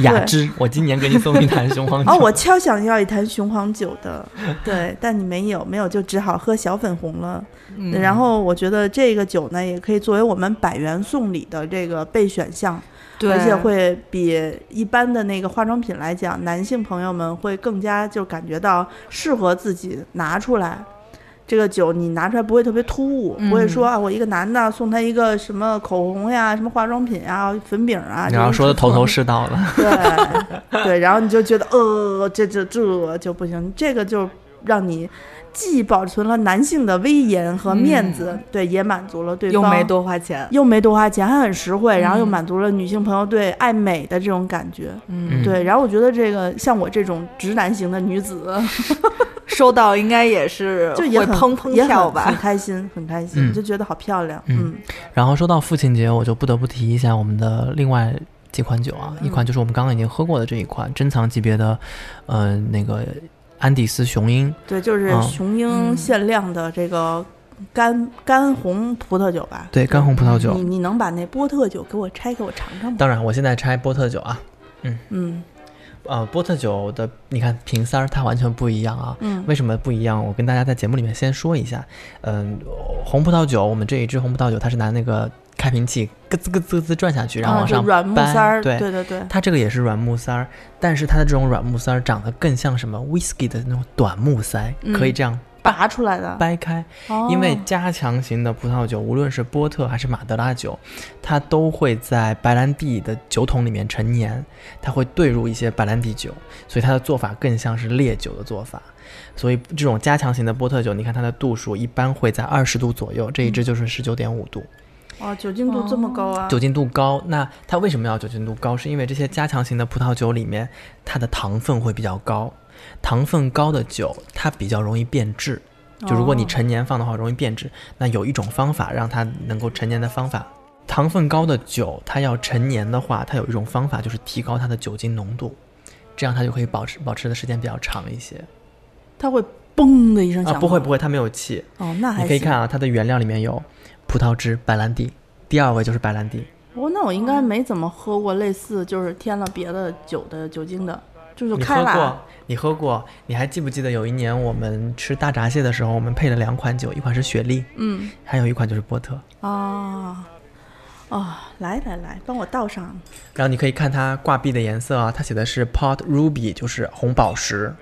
雅芝，我今年给你送一坛雄黄酒。
哦，我超想要一坛雄黄酒的，对，但你没有，没有就只好喝小粉红了。
嗯
然后我觉得这个酒呢，也可以作为我们百元送礼的这个备选项，
对，
而且会比一般的那个化妆品来讲，男性朋友们会更加就感觉到适合自己拿出来。这个酒你拿出来不会特别突兀，不会
嗯
说啊，我一个男的送他一个什么口红呀、什么化妆品呀、粉饼啊，
你要说的头头
是。
是道了，
对对，然后你就觉得呃，这这这就不行，这个就让你既保存了男性的威严和面子，对，也满足了对
嗯又
方，
没多花钱，
又没多花钱，还很实惠，然后又
嗯
满足了女性朋友对爱美的这种感觉。
嗯
对，然后我觉得这个像我这种直男型的 女子，
收到应该也是
就也
会
很
砰砰
也
跳
很很
吧。
开心，很开心，
嗯
就觉得好漂亮。
嗯
嗯，
然后说到父亲节，我就不得不提一下我们的另外几款酒啊，
嗯
一款就是我们刚刚已经喝过的这一款珍藏级别的，呃，那个安第斯雄鹰，
对，就是
嗯
雄鹰限量的这个干干红葡萄酒吧。
对，干红葡萄
你
酒。
你能把那波特酒给我拆开我尝尝吗？
当然，我现在拆波特酒啊，
嗯
呃，波特酒的你看瓶塞儿它完全不一样啊。
嗯
为什么不一样？我跟大家在节目里面先说一下。嗯、红葡萄酒，我们这一支红葡萄酒，它是拿那个开瓶器咯吱咯吱咯吱转下去，然后
啊
往
就
上
软木
掰
塞儿，
对
对对对，
它这个也是软木塞儿，但是它的这种软木塞儿长得更像什么 whisky 的那种短木塞，
嗯
可以这样
拔出来的，
掰开。
哦
因为加强型的葡萄酒，无论是波特还是马德拉酒，它都会在白兰地的酒桶里面陈年，它会兑入一些白兰地酒，所以它的做法更像是烈酒的做法。所以这种加强型的波特酒，你看它的度数一般会在二十度左右，这一支就是十九点五度。
哦，酒精度这么高啊，
酒精度高，那它为什么要酒精度高？是因为这些加强型的葡萄酒里面，它的糖分会比较高，糖分高的酒它比较容易变质。
哦
就如果你陈年放的话，容易变质。那有一种方法让它能够陈年的方法，糖分高的酒它要陈年的话，它有一种方法就是提高它的酒精浓度，这样它就可以保持保持的时间比较长一些。
它会嘣的一声
啊，
响，
不会，不会，它没有气。
哦，那还
你
行
可以看啊，它的原料里面有葡萄汁、白兰地，第二位就是白兰地。
哦，那我应该没怎么喝过类似就是添了别的酒的酒精的，就是
你
开
喝
了啊
过，你喝过，你还记不记得有一年我们吃大闸蟹的时候，我们配了两款酒，一款是雪莉，
嗯
还有一款就是波特。
啊哦，来来来，帮我倒上，
然后你可以看它挂壁的颜色啊，它写的是 pot ruby，就是红宝石。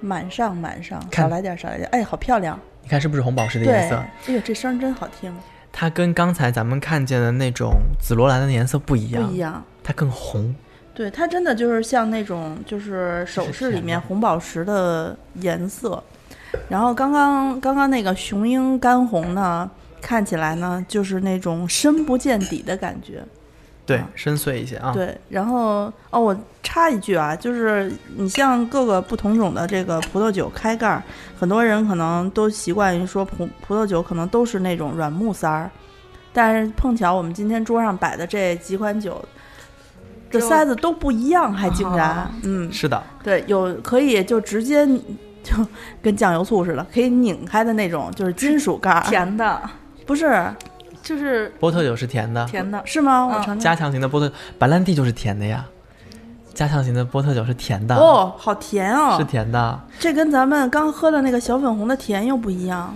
满上满上，
看
少来点少来点，哎，好漂亮，
你看是不是红宝石的
对，
颜色
哎？呦，这声儿真好听，
它跟刚才咱们看见的那种紫罗兰的颜色不一
不
样，
一样。
它更红。
对，它真的就是像那种就是首饰里
甜的
面红宝石的颜色。然后刚刚刚刚那个雄鹰干红呢，看起来呢就是那种深不见底的感觉。
对
啊，
深邃一些啊。
对，然后哦，我插一句啊，就是你像各个不同种的这个葡萄酒开盖儿，很多人可能都习惯于说葡葡萄酒可能都是那种软木塞儿，但是碰巧我们今天桌上摆的这几款酒。这
只有
塞子都不一样，还竟然，
哦
嗯，
是的，
对，有可以就直接就 跟酱油醋似的，可以拧开的那种，就是金属盖儿，
甜的，
不是
就是
波特酒是甜的，
甜的，
是吗？我
嗯
尝尝
加，强型的波特白兰地就是甜的呀，加强型的波特酒是甜的，
哦，好甜哦，
是甜的。
这跟咱们刚喝的那个小粉红的甜又不一样。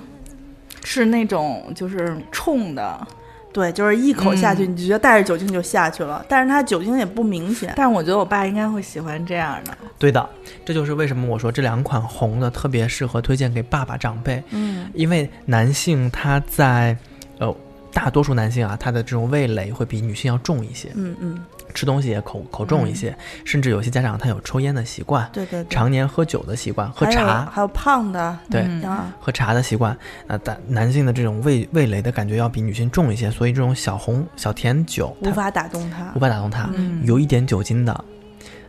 是那种就是冲的。
对，就是一口下去，
嗯
你直接带着酒精就下去了，但是它酒精也不明显。
但我觉得我爸应该会喜欢这样的。
对的，这就是为什么我说这两款红的特别适合推荐给爸爸长辈，
嗯，
因为男性他在，呃，大多数男性啊，他的这种味蕾会比女性要重一些，
嗯嗯，
吃东西也口口重一些，甚至有些家长他有抽烟的习惯，
对对对，
常年喝酒的习惯，喝
还有
茶，
还有胖的，
对。
嗯
啊，
喝茶的习惯，那男男性的这种味味蕾的感觉要比女性重一些，所以这种小红小甜酒它
无法打动他
无。法打动他，
嗯
有一点酒精的，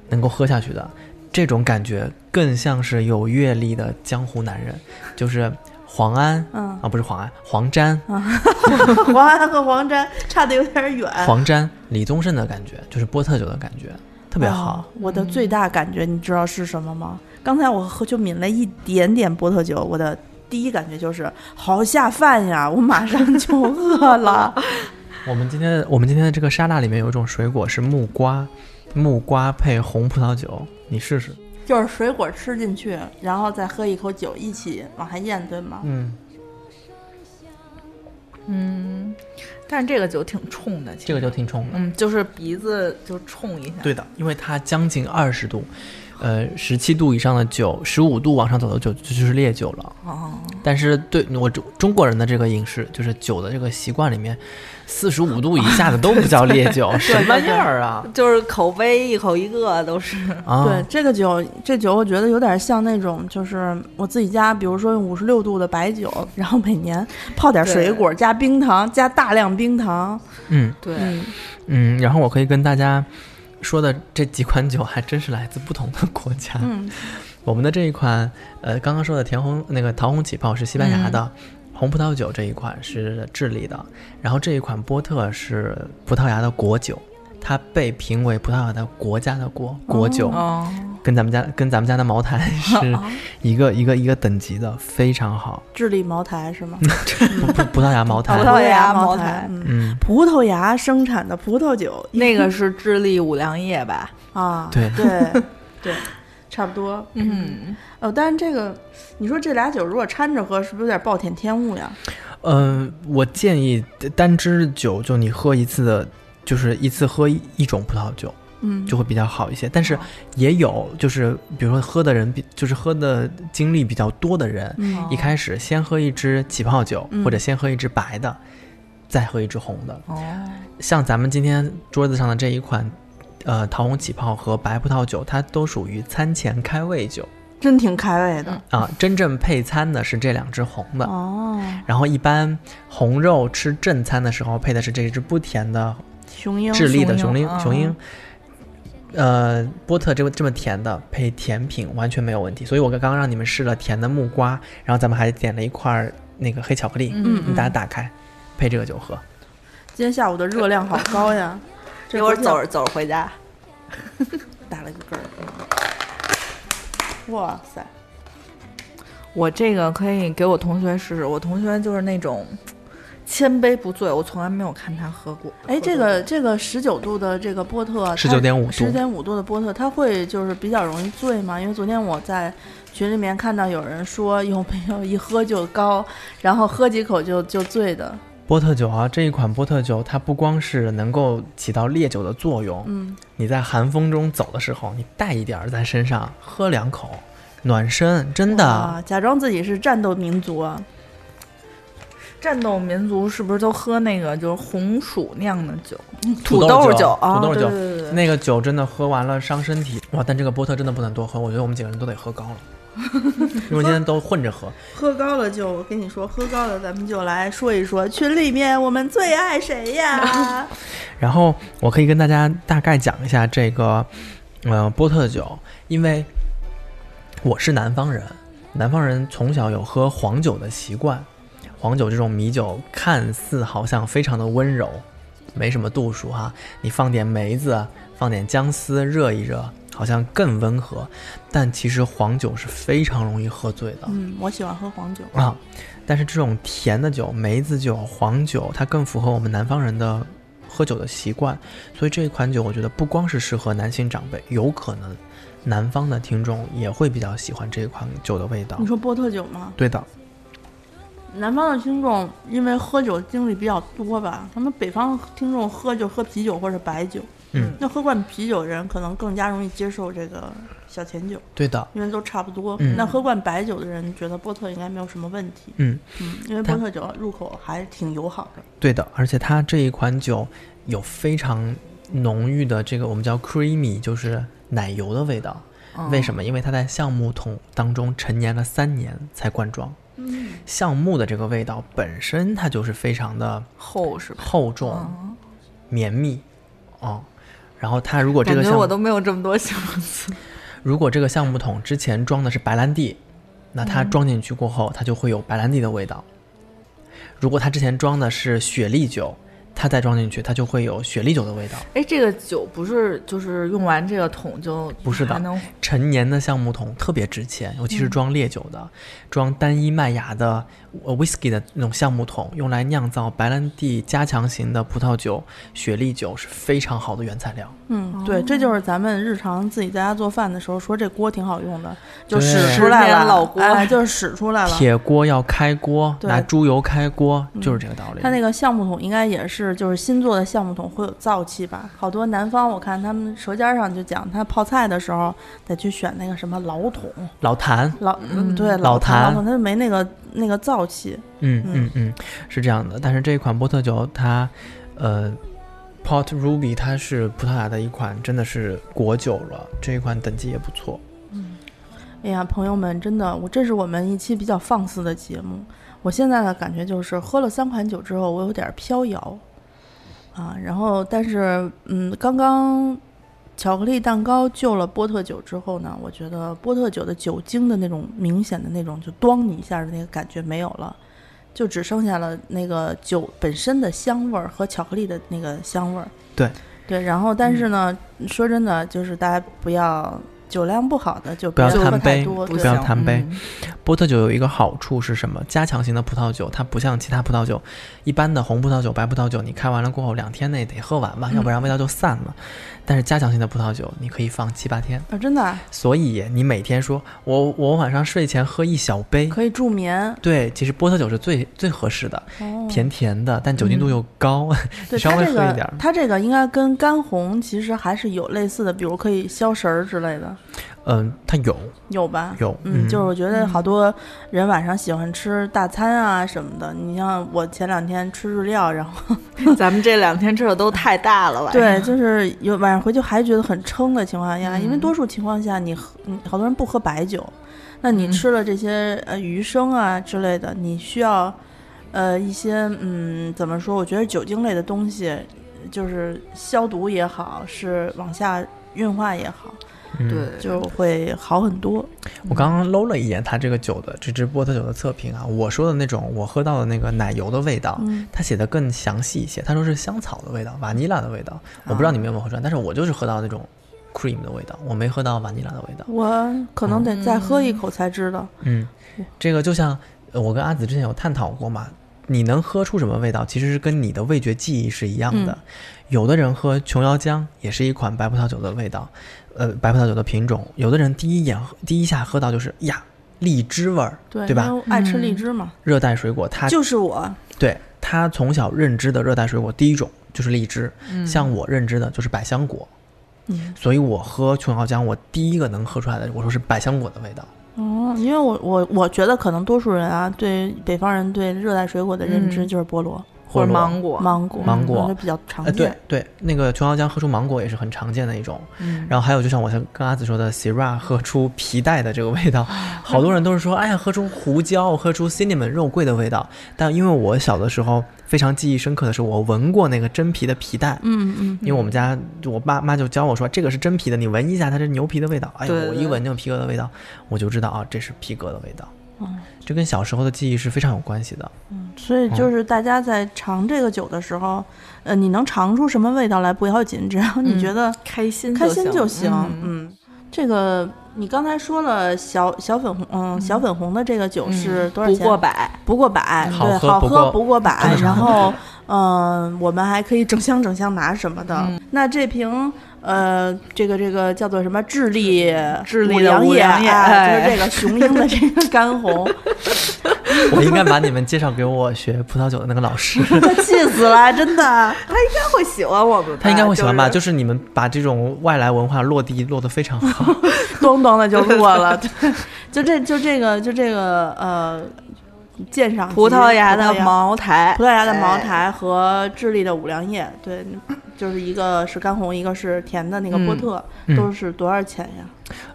能够喝下去的，这种感觉更像是有阅历的江湖男人，就是黄安
嗯，
啊，不是黄安，黄沾，
黄安和黄沾差的有点远，
黄沾，李宗盛的感觉，就是波特酒的感觉，特
特
别好。
哦我的最大感觉你知道是什么吗？刚才我喝就抿了一点点波特酒，我的第一感觉就是好下饭呀，我马上就饿了。
我们今天我们今天的这个沙拉里面有一种水果是木瓜，木瓜配红葡萄酒，你试试。
就是水果吃进去，然后再喝一口酒，一起往下咽，对吗？
嗯，
但是这个酒挺冲的，其实
这个就挺冲的。
嗯，就是鼻子就冲一下。
对的，因为它将近二十度，呃十七度以上的酒，十五度往上走的酒就就是烈酒了。
哦，
但是对我中中国人的这个饮食，就是酒的这个习惯里面，四十五度以下的都不叫烈酒，什么玩意儿啊？
就是口碑一口一个都是。
啊
对，这个酒，这酒我觉得有点像那种，就是我自己家，比如说用五十六度的白酒，然后每年泡点水果，加冰糖，加大量冰糖。
嗯
对，
嗯，
嗯，然后我可以跟大家说的这几款酒还真是来自不同的国家。
嗯，
我们的这一款，呃，刚刚说的甜红那个桃红起泡是西班牙的，
嗯
红葡萄酒这一款是智利的，然后这一款波特是葡萄牙的国酒，它被评为葡萄牙的国家的国国酒，
哦，
跟咱们家跟咱们家的茅 台是一个一个一个等级的，非常好。
智利茅台是 吗？啊
葡葡葡萄牙茅
葡
台，
萄牙茅
茅
台
嗯，
嗯，
葡萄牙生产的葡萄酒
那个是智利五粮液吧？
啊，
对
对对， 差不多。
嗯，
哦，但是这个，你说这俩酒如果掺着喝，是不是有点暴殄天物呀？
嗯、我建议单支酒就你喝一次的，就是一次喝一一种葡萄酒。
嗯，
就会比较好一些。但是也有就是，比如说喝的人比就是喝的经历比较多的人，
嗯
一开始先喝一支起泡酒，
嗯
或者先喝一支白的，再喝一支红的。
哦，
像咱们今天桌子上的这一款。呃，桃红起泡和白葡萄酒，它都属于餐前开胃酒
真挺开胃的。
啊。真正配餐的是这两支红的，
哦，
然后一般红肉吃正餐的时候配的是这支不甜的
雄鹰
智利的
雄
雄
鹰
鹰，雄鹰
嗯，
呃，波特这么这么甜的配甜品完全没有问题。所以我刚刚让你们试了甜的木瓜，然后咱们还点了一块儿那个黑巧克力，
嗯
你大家打开，配这个酒喝。
今天下午的热量好高呀！
一会儿走着走着回家。
打了个嗝儿。哇塞，
我这个可以给我同学试试，我同学就是那种千杯不醉，我从来没有看他喝过。
哎，这个这个十九度的这个波特，
19.5
十
度
点五度的波特，它会就是比较容易醉吗？因为昨天我在群里面看到有人说有没有一喝就高，然后喝几口就就醉的。
波特酒啊，这一款波特酒，它不光是能够起到烈酒的作用，
嗯，
你在寒风中走的时候，你带一点儿在身上，喝两口，暖身，真的。
啊，假装自己是战斗民族啊。
战斗民族是不是都喝那个就是红薯酿的酒？
土
豆
豆
酒啊，
土豆酒
对对对对，
那个酒真的喝完了伤身体哇！但这个波特真的不能多喝，我觉得我们几个人都得喝 高了，因为今天都混着喝。
喝高了就，我跟你说，喝高了咱们就来说一说群里面我们最爱谁呀？
然后我可以跟大家大概讲一下这个，呃，波特酒，因为我是南方人，南方人从小有喝黄酒的习惯，黄酒这种米酒看似好像非常的温柔，没什么度数哈、你放点梅子，放点姜丝热一热，好像更温和，但其实黄酒是非常容易喝醉的。
嗯，我喜欢喝黄酒。
啊，但是这种甜的酒，梅子酒、黄酒，它更符合我们南方人的喝酒的习惯，所以这一款酒我觉得不光是适合男性长辈，有可能南方的听众也会比较喜欢这一款酒的味道
你。说波特酒吗？
对的，
南方的听众因为喝酒经历比较多吧，咱们北方听众喝就喝啤酒或者白酒，
嗯，
那喝惯啤酒的人可能更加容易接受这个小甜酒，
对的，
因为都差不多。
嗯
那喝惯白酒的人觉得波特应该没有什么问题，
嗯，
嗯，因为
它
波特酒入口还挺友好的。
对的，而且它这一款酒有非常浓郁的这个我们叫 creamy，就是奶油的味道。
哦
为什么？因为它在橡木桶当中陈年了三年才灌装。
嗯
橡木的这个味道本身它就是非常的
厚是吧？
厚
哦
重、绵密，哦，然后它如果这
感
个
觉
橡
我都没有这么多形容词。
如果这个橡木桶之前装的是白兰地，那它
嗯
装进去过后，它就会有白兰地的味道。如果它之前装的是雪莉酒，它再装进去，它就会有雪莉酒的味道。
哎，这个酒不是就是用完这个桶就
不是的
还能
陈年的橡木桶特别值钱，尤其是装烈酒的、
嗯
装单一麦芽的呃 whisky 的那种橡木桶，用来酿造白兰地加强型的葡萄酒、雪莉酒是非常好的原材料。
哦
嗯，对，这就是咱们日常自己在家做饭的时候说这锅挺好用的，就
对
使
十
出来
年
了，
老锅
哎，就是使出来了。
铁锅要开锅，
对嗯
拿猪油开锅，就是这个道理。
它那个橡木桶应该也是就是新做的橡木桶会有燥气吧？好多南方我看他们舌尖上就讲，他泡菜的时候得去选那个什么老桶，
老痰，
老嗯对
老坛
坛老桶，它没那个那个燥气。
嗯嗯嗯，是这样的。但是这款波特酒它，呃，Pot Ruby 它是葡萄牙的一款，真的是果酒了。这一款等级也不错。
哎呀，朋友们，真的，我这是我们一期比较放肆的节目。我现在的感觉就是喝了三款酒之后，我有点飘摇啊。然后，但是，嗯，刚刚巧克力蛋糕救了波特酒之后呢，我觉得波特酒的酒精的那种明显的那种就咣你一下的那个感觉没有了，就只剩下了那个酒本身的香味儿和巧克力的那个香味儿。
对
对，然后但是呢，说真的，就是大家不要。酒量不好的就
不要
喝
贪
太
杯
多，
不
对
要贪杯。波特酒有一个好处是什么？加强型的葡萄酒，它不像其他葡萄酒，一般的红葡萄酒、白葡萄酒，你开完了过后两天内得喝完吧，要不
嗯
然味道就散了。但是加强型的葡萄酒，你可以放七八天。
啊，真的啊、
所以你每天说我我晚上睡前喝一小杯，
可以助眠，
对，其实波特酒是最最合适的，
哦、
哎
嗯
甜甜的，但酒精度又高，
对
稍
它
微
这
喝一点
个
儿，
它这个应该跟干红其实还是有类似的，比如可以消食儿之类的，
嗯，它有
有吧？
有，
嗯，就是
是
我觉得好多人晚上喜欢吃大餐啊什么的。你像我前两天吃日料，然后
嗯咱们这两天吃的都太大了吧？
对，就是有晚上回去还觉得很撑的情况下，因为多数情况下你喝，嗯好多人不喝白酒，那你吃了这些呃鱼生啊之类的，你需要呃一些嗯怎么说？我觉得酒精类的东西，就是消毒也好，是往下运化也好，
嗯、
对，
就会好很多。
我刚刚搂了一眼它这个酒的这支波特酒的测评啊，我说的那种我喝到的那个奶油的味道，
嗯，
它写的更详细一些，它说是香草的味道，瓦尼拉的味道，啊我不知道你们有没有喝出来，但是我就是喝到那种 cream 的味道，我没喝到瓦尼拉的味道。
我可能得再喝一口才知道。
嗯，这个就像呃我跟阿紫之前有探讨过嘛，你能喝出什么味道，其实是跟你的味觉记忆是一样的。
嗯
有的人喝琼瑶浆也是一款白葡萄酒的味道，呃，白葡萄酒的品种，有的人第一眼喝第一下喝到就是呀，荔枝味儿，
对，
对吧啊
因为爱吃
嗯
荔枝嘛，
热带水果，它
就是我。
对他从小认知的热带水果，第一种就是荔枝，
嗯
像我认知的就是百香果。
嗯，
所以我喝琼瑶浆，我第一个能喝出来的，我说是百香果的味道。
哦，因为我我我觉得可能多数人啊，对北方人对热带水果的认知
嗯
就是菠萝、
或者
菠萝
芒果，
芒果、
芒果
嗯就比较常
呃，
见。
对对，那个琼瑶浆喝出芒果也是很常见的一种。
嗯
然后还有就像我像跟阿紫说的，Syrah 喝出皮带的这个味道，
啊
好多人都是说，哎呀，喝出胡椒，喝出 cinnamon 肉桂的味道。但因为我小的时候非常记忆深刻的是，我闻过那个真皮的皮带，
嗯嗯，
因为我们家就我爸妈就教我说，这个是真皮的，你闻一下，它是牛皮的味道。哎呀，
对
我一
对
闻那种皮革的味道，我就知道啊，这是皮革的味道。
哦
这跟小时候的记忆是非常有关系的。
所以就是大家在尝这个酒的时候，呃，你能尝出什么味道来不要紧，只要你
嗯
觉得
开心
开心就行。
嗯
嗯这个你刚才说了小小粉红，嗯，小粉红的这个酒是多少
嗯不
钱？啊
过百，
不过百，
好
对，
喝
好
不
喝
过
不过百。然后，嗯、我们还可以整箱整箱拿什么的。那这瓶，呃，这个这个叫做什么？智利
智利的
良
五粮
液，
液
哎
哎
就是这个雄鹰的这个干红，
我应该把你们介绍给我学葡萄酒的那个老 师，
他气死了，真的。
他会喜欢我们吧，
他应该会喜欢吧？
啊就
就是是你们把这种外来文化落地落得非常好。
咚咚的就落了。对，就这就这个就这个呃，鉴赏
葡萄牙的
茅
茅台，
葡萄牙的茅
哎，
台和智利的五粮液，对，就是一个是干红，一个是甜的那个波特，
嗯嗯
都是多少钱呀？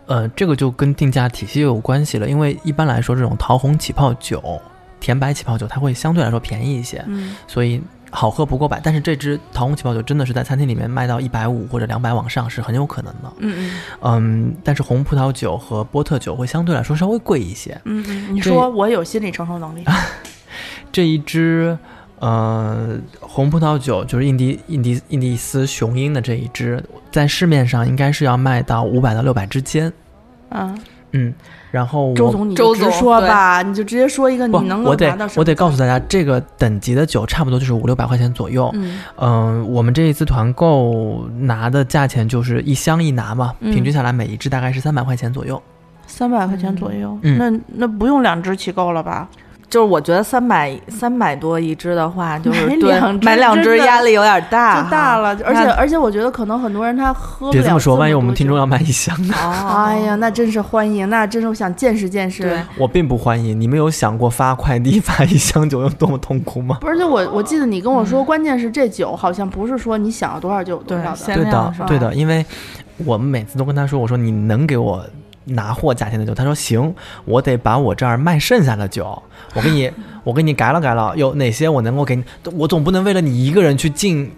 呃，这个就跟定价体系有关系了，因为一般来说，这种桃红起泡酒、甜白起泡酒，它会相对来说便宜一些。
嗯，
所以好喝不过百。但是这支桃红起泡酒真的是在餐厅里面卖到一百五或者两百往上是很有可能的。
嗯嗯
嗯，但是红葡萄酒和波特酒会相对来说稍微贵一些。
嗯嗯，你
这
说我有心理承受能力，
啊这一支。呃，红葡萄酒就是印第印第印第斯雄鹰的这一支，在市面上应该是要卖到五百到六百之间。
嗯，
嗯，然后我
周总你就
周
直
总
说吧，你就直接说一个你
不，
能够
我得
拿到什么，
我得告诉大家，这个等级的酒差不多就是五六百块钱左右。
嗯
嗯，我们这一次团购拿的价钱就是一箱一拿嘛，
嗯
平均下来每一支大概是三百块钱左右。
三百块钱左右，
嗯
那那不用两只起购了吧？
就是我觉得三百三百多一只的话，就是
买
对
两只
买两只
真的
压力有点大，
就大。了，而且
啊那
而且我觉得可能很多人他喝不了。
别这么说，万一我们听众要买一箱呢？
哦，
哎呀，那真是欢迎，那真是我想见识见识。
对，
我并不欢迎。你们有想过发快递 发一箱酒有多么痛苦吗？
不是，就我我记得你跟我
嗯
说，关键是这酒好像不是说你想要多少就有多
对
少的。
限
对
量
的
是吧，
对的，因为我们每次都跟他说，我说你能给我拿货价钱的酒，他说行，我得把我这儿卖剩下的酒，我给 你，我给你改了改了，有哪些我能够给你，我总不能为了你一个人去进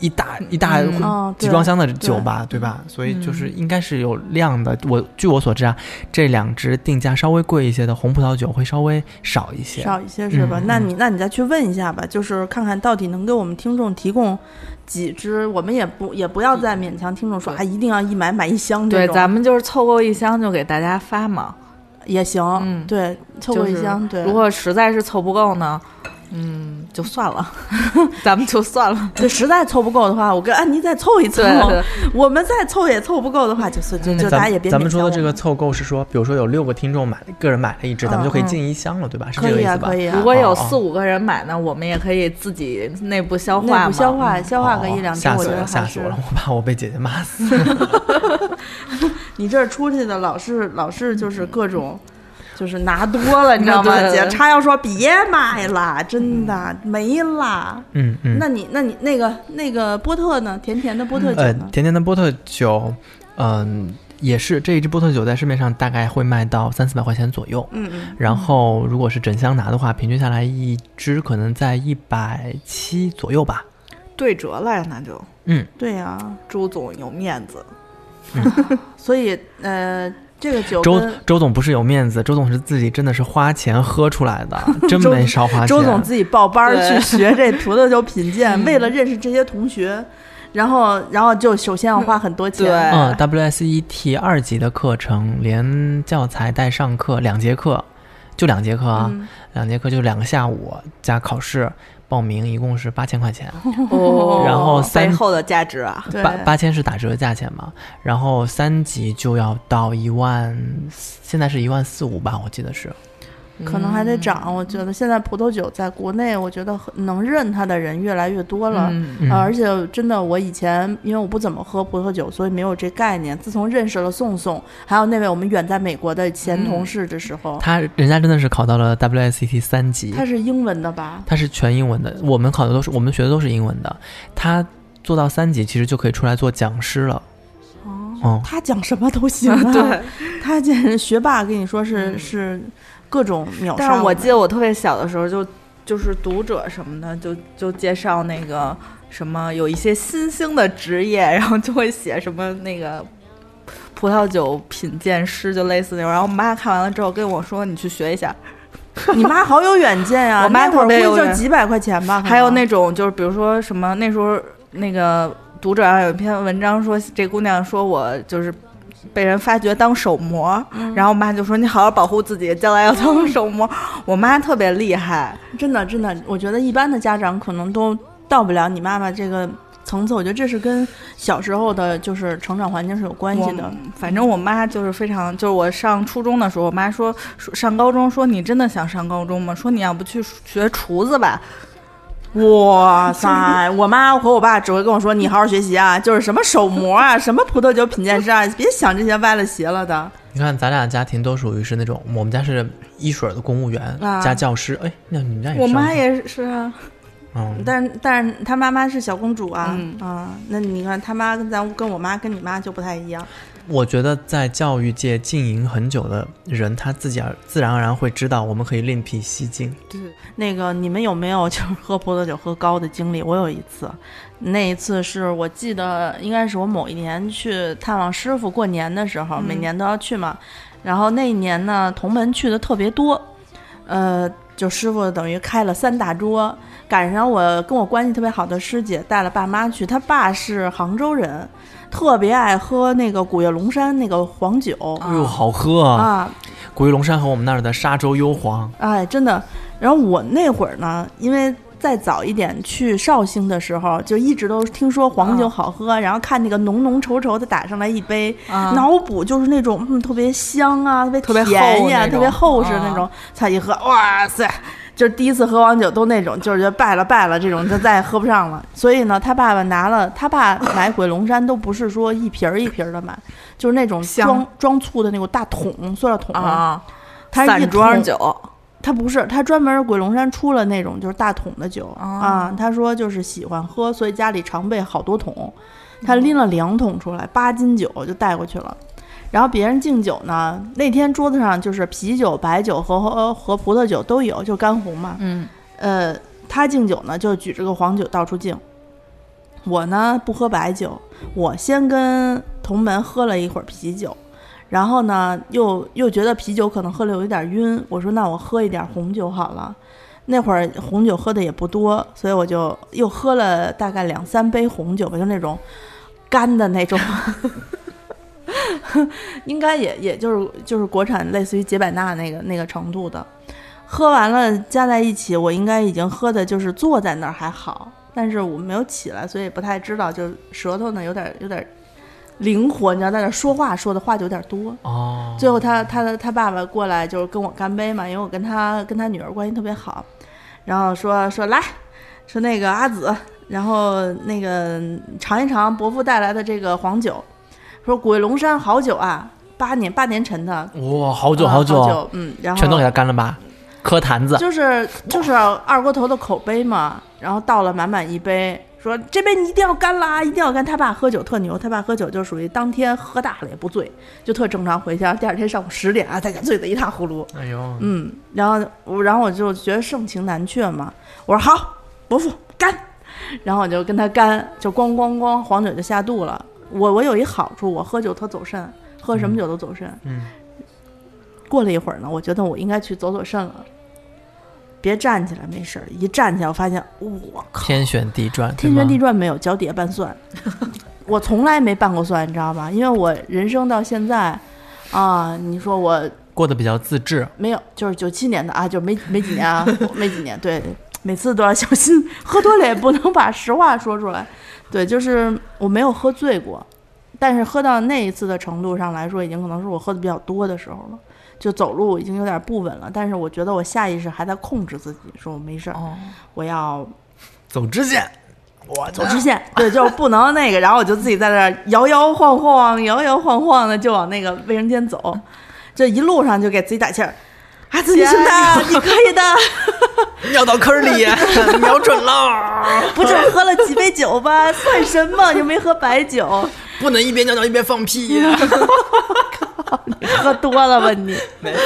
一大一大
嗯
哦
集
对嗯
装箱的酒吧，对吧？所以就是应该是有量的。我据我所知啊，这两支定价稍微贵一些的红葡萄酒会稍微少一些。
少一些是吧？
嗯
那你那你再去问一下吧，就是看看到底能给我们听众提供几支，我们也不也不要再勉强听众说啊，一定要一买买一箱这
对，
种，
咱们就是凑够一箱就给大家发嘛，
也行，
嗯
对，凑够一箱，
就
对。
是如果实在是凑不够呢，嗯，就算 了，咱们就算 了。
就实在凑不够的话，我跟安妮再凑一凑，
对对
我们再凑也凑不够的话，就就就
那
就
嗯咱
大家也别
咱
勉
们
强
说
我
的这个凑够是说，比如说有六个听众买了，个人买了一支，咱们就可以进一箱了，对吧？是
嗯可
这个
以
意
啊，
思吧
可？以啊
如。果有
哦哦
四五个人买呢，我们也可以自己嗯内部消化
内
嘛。
部消化消化个
哦
一两支，
吓
我
死
觉
我
得
了，吓
还
死
是
我了！我怕我被姐姐骂死。
你这儿出去的老是老是
嗯
就是各种，就是拿多 了，你知道吗
对？对
姐
对
叉腰说别买了，真的没啦。
嗯嗯。
那你那你那个那个波特呢？甜甜的波特酒
呃，
呢？
甜甜的波特酒，嗯、也是这一支波特酒在市面上大概会卖到三四百块钱左右。
嗯嗯，
然后，如果是整箱拿的话，平均下来一支可能在一百七左右吧。
对折了呀，那就
对呀、
朱总有面子。
所以呃，这个酒
周
跟
周总不是有面子，周总是自己真的是花钱喝出来 的，真
周
没少花钱。
周总自己报班儿
对
去学这葡萄酒品鉴，
嗯
为了认识这些同学，然后然后就首先要花很多钱。
对
嗯，WSET 二级的课程，连教材带上课两节课，就两节课啊，
嗯
两节课就两个下午加考试，报名一共是八千块钱。
哦
然后三
背后的价值啊，
对
八八千是打折价钱嘛，然后三级就要到一万，现在是一万四五吧，我记得是。
可能还
嗯
得涨。我觉得现在葡萄酒在国内，我觉得很能认它的人越来越多了。
嗯
嗯
啊，而且真的，我以前因为我不怎么喝葡萄酒，所以没有这概念。自从认识了宋宋，还有那位我们远在美国的前
嗯
同事的时候，
他人家真的是考到了 WSET 三级
他，是英文的吧？
他是全英文的，我们考的都是我们学的都是英文的，他做到三级其实就可以出来做讲师了。哦，
他讲什么都行、啊，对他简直学霸，跟你说是、是各种秒杀
嗯但
们。
是我记得我特别小的时候就，就是读者什么的，就就介绍那个什么有一些新兴的职业，然后就会写什么那个葡萄酒品鉴师，就类似那种。然后我妈看完了之后跟我说：“你去学一下。
你妈好有远见呀、
我妈
那会儿
特别有
估计就
远
几百块钱吧，”可能
还有那种就是比如说什么那时候那个读者啊上有一篇文章说这姑娘说我就是。被人发掘当手模，然后我妈就说：“你好好保护自己，将来要当手模。我妈特别厉害，
真的真的，我觉得一般的家长可能都到不了你妈妈这个层次。我觉得这是跟小时候的就是成长环境是有关系的。
我反正我妈就是非常，就是我上初中的时候，我妈说说上高中，说你真的想上高中吗？说你要不去学厨子吧？
哇塞！我妈和我爸只会跟我说：“你好好学习啊，就是什么手模啊，什么葡萄酒品鉴师啊，别想这些歪了邪了的。
你看咱俩家庭都属于是那种，我们家是一水儿的公务员
啊
加教师，哎，那你们家也是
我
教
妈
师，
也是啊，
嗯，
但”但但是他妈妈是小公主啊、
嗯
啊！那你看他妈跟咱跟我妈跟你妈就不太一样。
我觉得在教育界经营很久的人，他自己而自然而然会知道，我们可以另辟蹊径。
那个，你们有没有就是 喝葡萄酒喝高的经历？我有一次，那一次是我记得应该是我某一年去探望师傅过年的时候，每年都要去嘛。然后那一年呢，同门去的特别多，呃，就师傅等于开了三大桌，赶上我跟我关系特别好的师姐带了爸妈去，她爸是杭州人，特别爱喝那个古越龙山那个黄酒
哎呦，好喝啊！
啊
古玉龙山和我们那儿的沙洲幽黄，
哎，真的。然后我那会儿呢，因为再早一点去绍兴的时候，就一直都听说黄酒
嗯
好喝，然后看那个浓浓稠稠的打上来一杯，
啊
脑补就是那种嗯特别香啊，特别特
别
甜
厚
呀、
那
特别
种
厚实的那
啊
种，才一喝，哇塞！就是第一次喝黄酒都那种，就是觉得败了败了这种，就再也喝不上了。所以呢，他爸爸拿了，他爸 买回龙山都不是说一瓶儿一瓶儿的买，就是那种
箱
装装醋的那种大桶，塑料桶，
啊，
它是一
散装
桶
酒
他不是，他专门鬼龙山出了那种就是大桶的酒、啊。他说就是喜欢喝，所以家里常备好多桶。他拎了两桶出来，八斤酒就带过去了。然后别人敬酒呢，那天桌子上就是啤酒、白酒和和和葡萄酒都有，就干红嘛。
嗯，
呃，他敬酒呢就举着个黄酒到处敬。我呢不喝白酒，我先跟同门喝了一会儿啤酒，然后呢又又觉得啤酒可能喝了有一点晕，我说那我喝一点红酒好了。那会儿红酒喝的也不多，所以我就又喝了大概两三杯红酒吧，就那种干的那种， 应该也也就是就是国产类似于杰百纳那个那个程度的。喝完了加在一起，我应该已经喝的就是坐在那儿还好，但是我没有起来，所以不太知道，就舌头呢有点有点灵活，你知道，在那儿说话说的话就有点多。
哦，
最后他他他爸爸过来就是跟我干杯嘛，因为我跟他跟他女儿关系特别好，然后说说来，说那个阿紫，然后那个尝一尝伯父带来的这个黄酒，说鬼龙山好酒啊，八年八年陈的，
哇，好久
啊
好
好
久，
嗯，然后
全都给他干了吧，磕坛子，
就是就是二锅头的口碑嘛，然后倒了满满一杯，说这杯你一定要干啦，一定要干。他爸喝酒特牛，他爸喝酒就属于当天喝大了也不醉，就特正常回家。第二天上午十点啊，在家醉得一塌糊涂。
哎呦，
嗯，然后我然后我就觉得盛情难却嘛，我说好，伯父干，然后我就跟他干，就咣咣咣，黄酒就下肚了。我我有一好处，我喝酒特走肾，喝什么酒都走肾。
嗯，
过了一会儿呢，我觉得我应该去走走肾了。别站起来没事儿，一站起来我发现，我靠，
天旋地转，
天旋地
转，
转没有，脚底下拌蒜， 我从来没拌过蒜，你知道吗？因为我人生到现在，啊，你说我
过得比较自制，
没有，就是九七年的啊，就没没几年啊，没几年，对，每次都要小心，喝多了也不能把实话说出来，对，就是我没有喝醉过，但是喝到那一次的程度上来说，已经可能是我喝的比较多的时候了，就走路已经有点不稳了，但是我觉得我下意识还在控制自己，说我没事儿，
哦，
我要
走直线，我
走直线，对，就是不能那个，然后我就自己在那儿摇摇晃晃、摇摇晃晃的就往那个卫生间走，这一路上就给自己打气儿，啊，自己行的，你可以的，
尿到坑里，瞄准了，
不就喝了几杯酒吧，算什么？又没喝白酒，
不能一边尿尿一边放屁。
你喝多了吧你？
哎，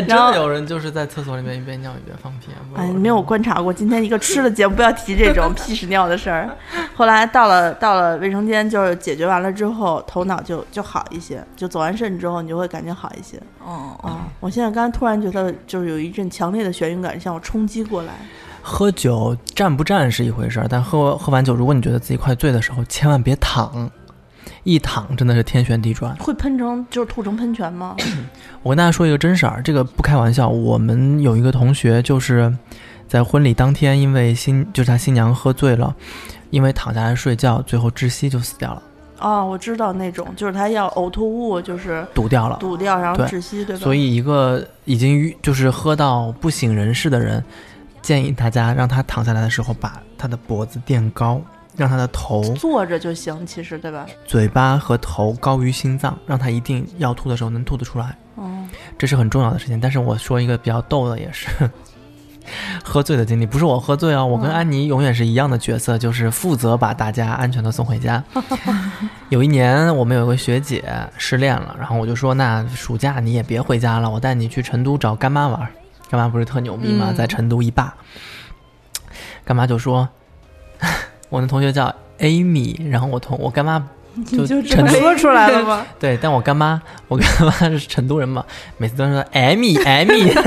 真
然后
的有人就是在厕所里面一边尿一边放屁啊，
哎，没有观察过，今天一个吃的节目，不要提这种屁屎尿的事儿。后来到了到了卫生间，就是解决完了之后，头脑就就好一些，就走完肾之后，你就会感觉好一些。
哦，
啊！我现在刚才突然觉得，就是有一阵强烈的眩晕感向我冲击过来。
喝酒站不站是一回事儿，但喝喝完酒，如果你觉得自己快醉的时候，千万别躺，一躺真的是天旋地转。
会喷成就是吐成喷 泉吗？
我跟大家说一个真事儿，这个不开玩笑。我们有一个同学就是在婚礼当天，因为新就是他新娘喝醉了，因为躺下来睡觉，最后窒息就死掉了，
哦，我知道那种，就是他要呕吐物，就是
堵掉了。
堵掉，然后
对
窒息，对吧？
所以，一个已经晕就是喝到不省人事的人，建议大家让他躺下来的时候，把他的脖子垫高，让他的头
坐着就行，其实对吧？
嘴巴和头高于心脏，让他一定要吐的时候能吐得出来，
嗯，
这是很重要的事情。但是我说一个比较逗的，也是 喝醉的经历，不是我喝醉哦，我
嗯
跟安妮永远是一样的角色，就是负责把大家安全的送回家。 有一年我们有一个学姐失恋了，然后我就说，那暑假你也别回家了，我带你去成都找干妈玩儿。干妈不是特牛逼吗？
嗯
在成都一霸。干妈就说， 我那同学叫 Amy，然后我同我干妈就
就这
成
么
都
说出来了 吗？
对，但我干妈，我干妈是成都人嘛，每次都说艾米艾米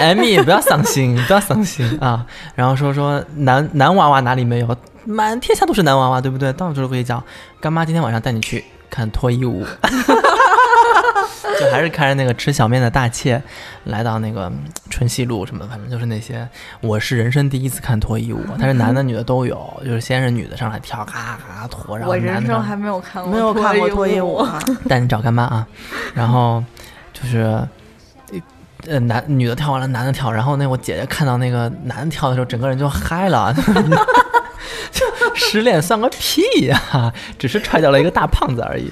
艾米，不要伤心，不要伤心啊。然后说说男男娃娃哪里没有，满天下都是男娃娃，对不对？到处都可以讲。干妈今天晚上带你去看脱衣舞， 就还是看着那个吃小面的大切，来到那个嗯春熙路什么的，反正就是那些。我是人生第一次看脱衣舞，它是男的女的都有，就是先是女的上来跳，咔咔脱，然后
我
男
人
的
生
上来
还没有看过
没有看过脱
脱
衣舞
舞，
啊，
带你找干妈啊，然后就是。呃，男女的跳完了，男的跳，然后那我姐姐看到那个男的跳的时候，整个人就嗨了， 就失恋算个屁呀、只是踹掉了一个大胖子而已。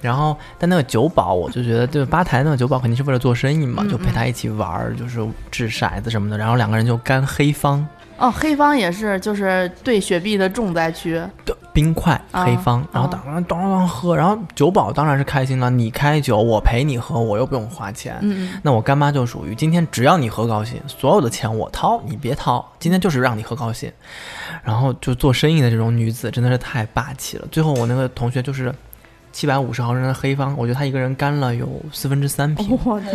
然后，但那个酒保，我就觉得，就是吧台那个酒保肯定是为了做生意
嗯
嘛，就陪他一起玩儿，就是掷骰子什么的，然后两个人就干黑方，
哦，黑方也是，就是对雪碧的重灾区。
对，冰块、
啊
黑方，然后
啊
当然当然喝，然后酒保当然是开心了，你开酒，我陪你喝，我又不用花钱。
嗯，
那我干妈就属于今天只要你喝高兴，所有的钱我掏，你别掏，今天就是让你喝高兴。然后就做生意的这种女子真的是太霸气了。最后我那个同学就是七百五十毫升的黑方，我觉得他一个人干了有四分之三
嗯
瓶。
我天，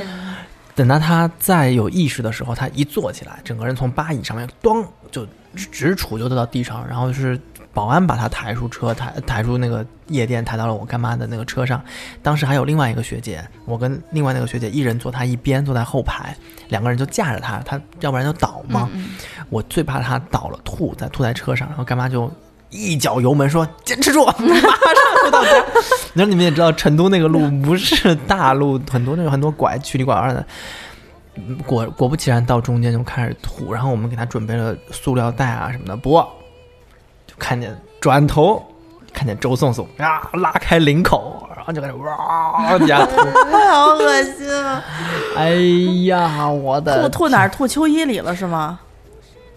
等到他再有意识的时候，他一坐起来，整个人从吧椅上面咣就直直杵就掉到地上，然后就是保安把他抬出车，抬抬出那个夜店，抬到了我干妈的那个车上。当时还有另外一个学姐，我跟另外那个学姐一人坐她一边，坐在后排，两个人就架着她，她要不然就倒嘛。我最怕她倒了吐，在吐在车上，然后干妈就。一脚油门说：“坚持住，马上就到家。”然后你们也知道，成都那个路不是大路，很多那种很多拐曲里拐弯的，果果不其然，到中间就开始吐，然后我们给他准备了塑料袋啊什么的，不，就看见转头看见周颂颂啊拉开领口，然后就开始哇往下吐，
好恶心啊！
哎呀，我
吐
的
吐哪儿？吐秋衣里了是吗？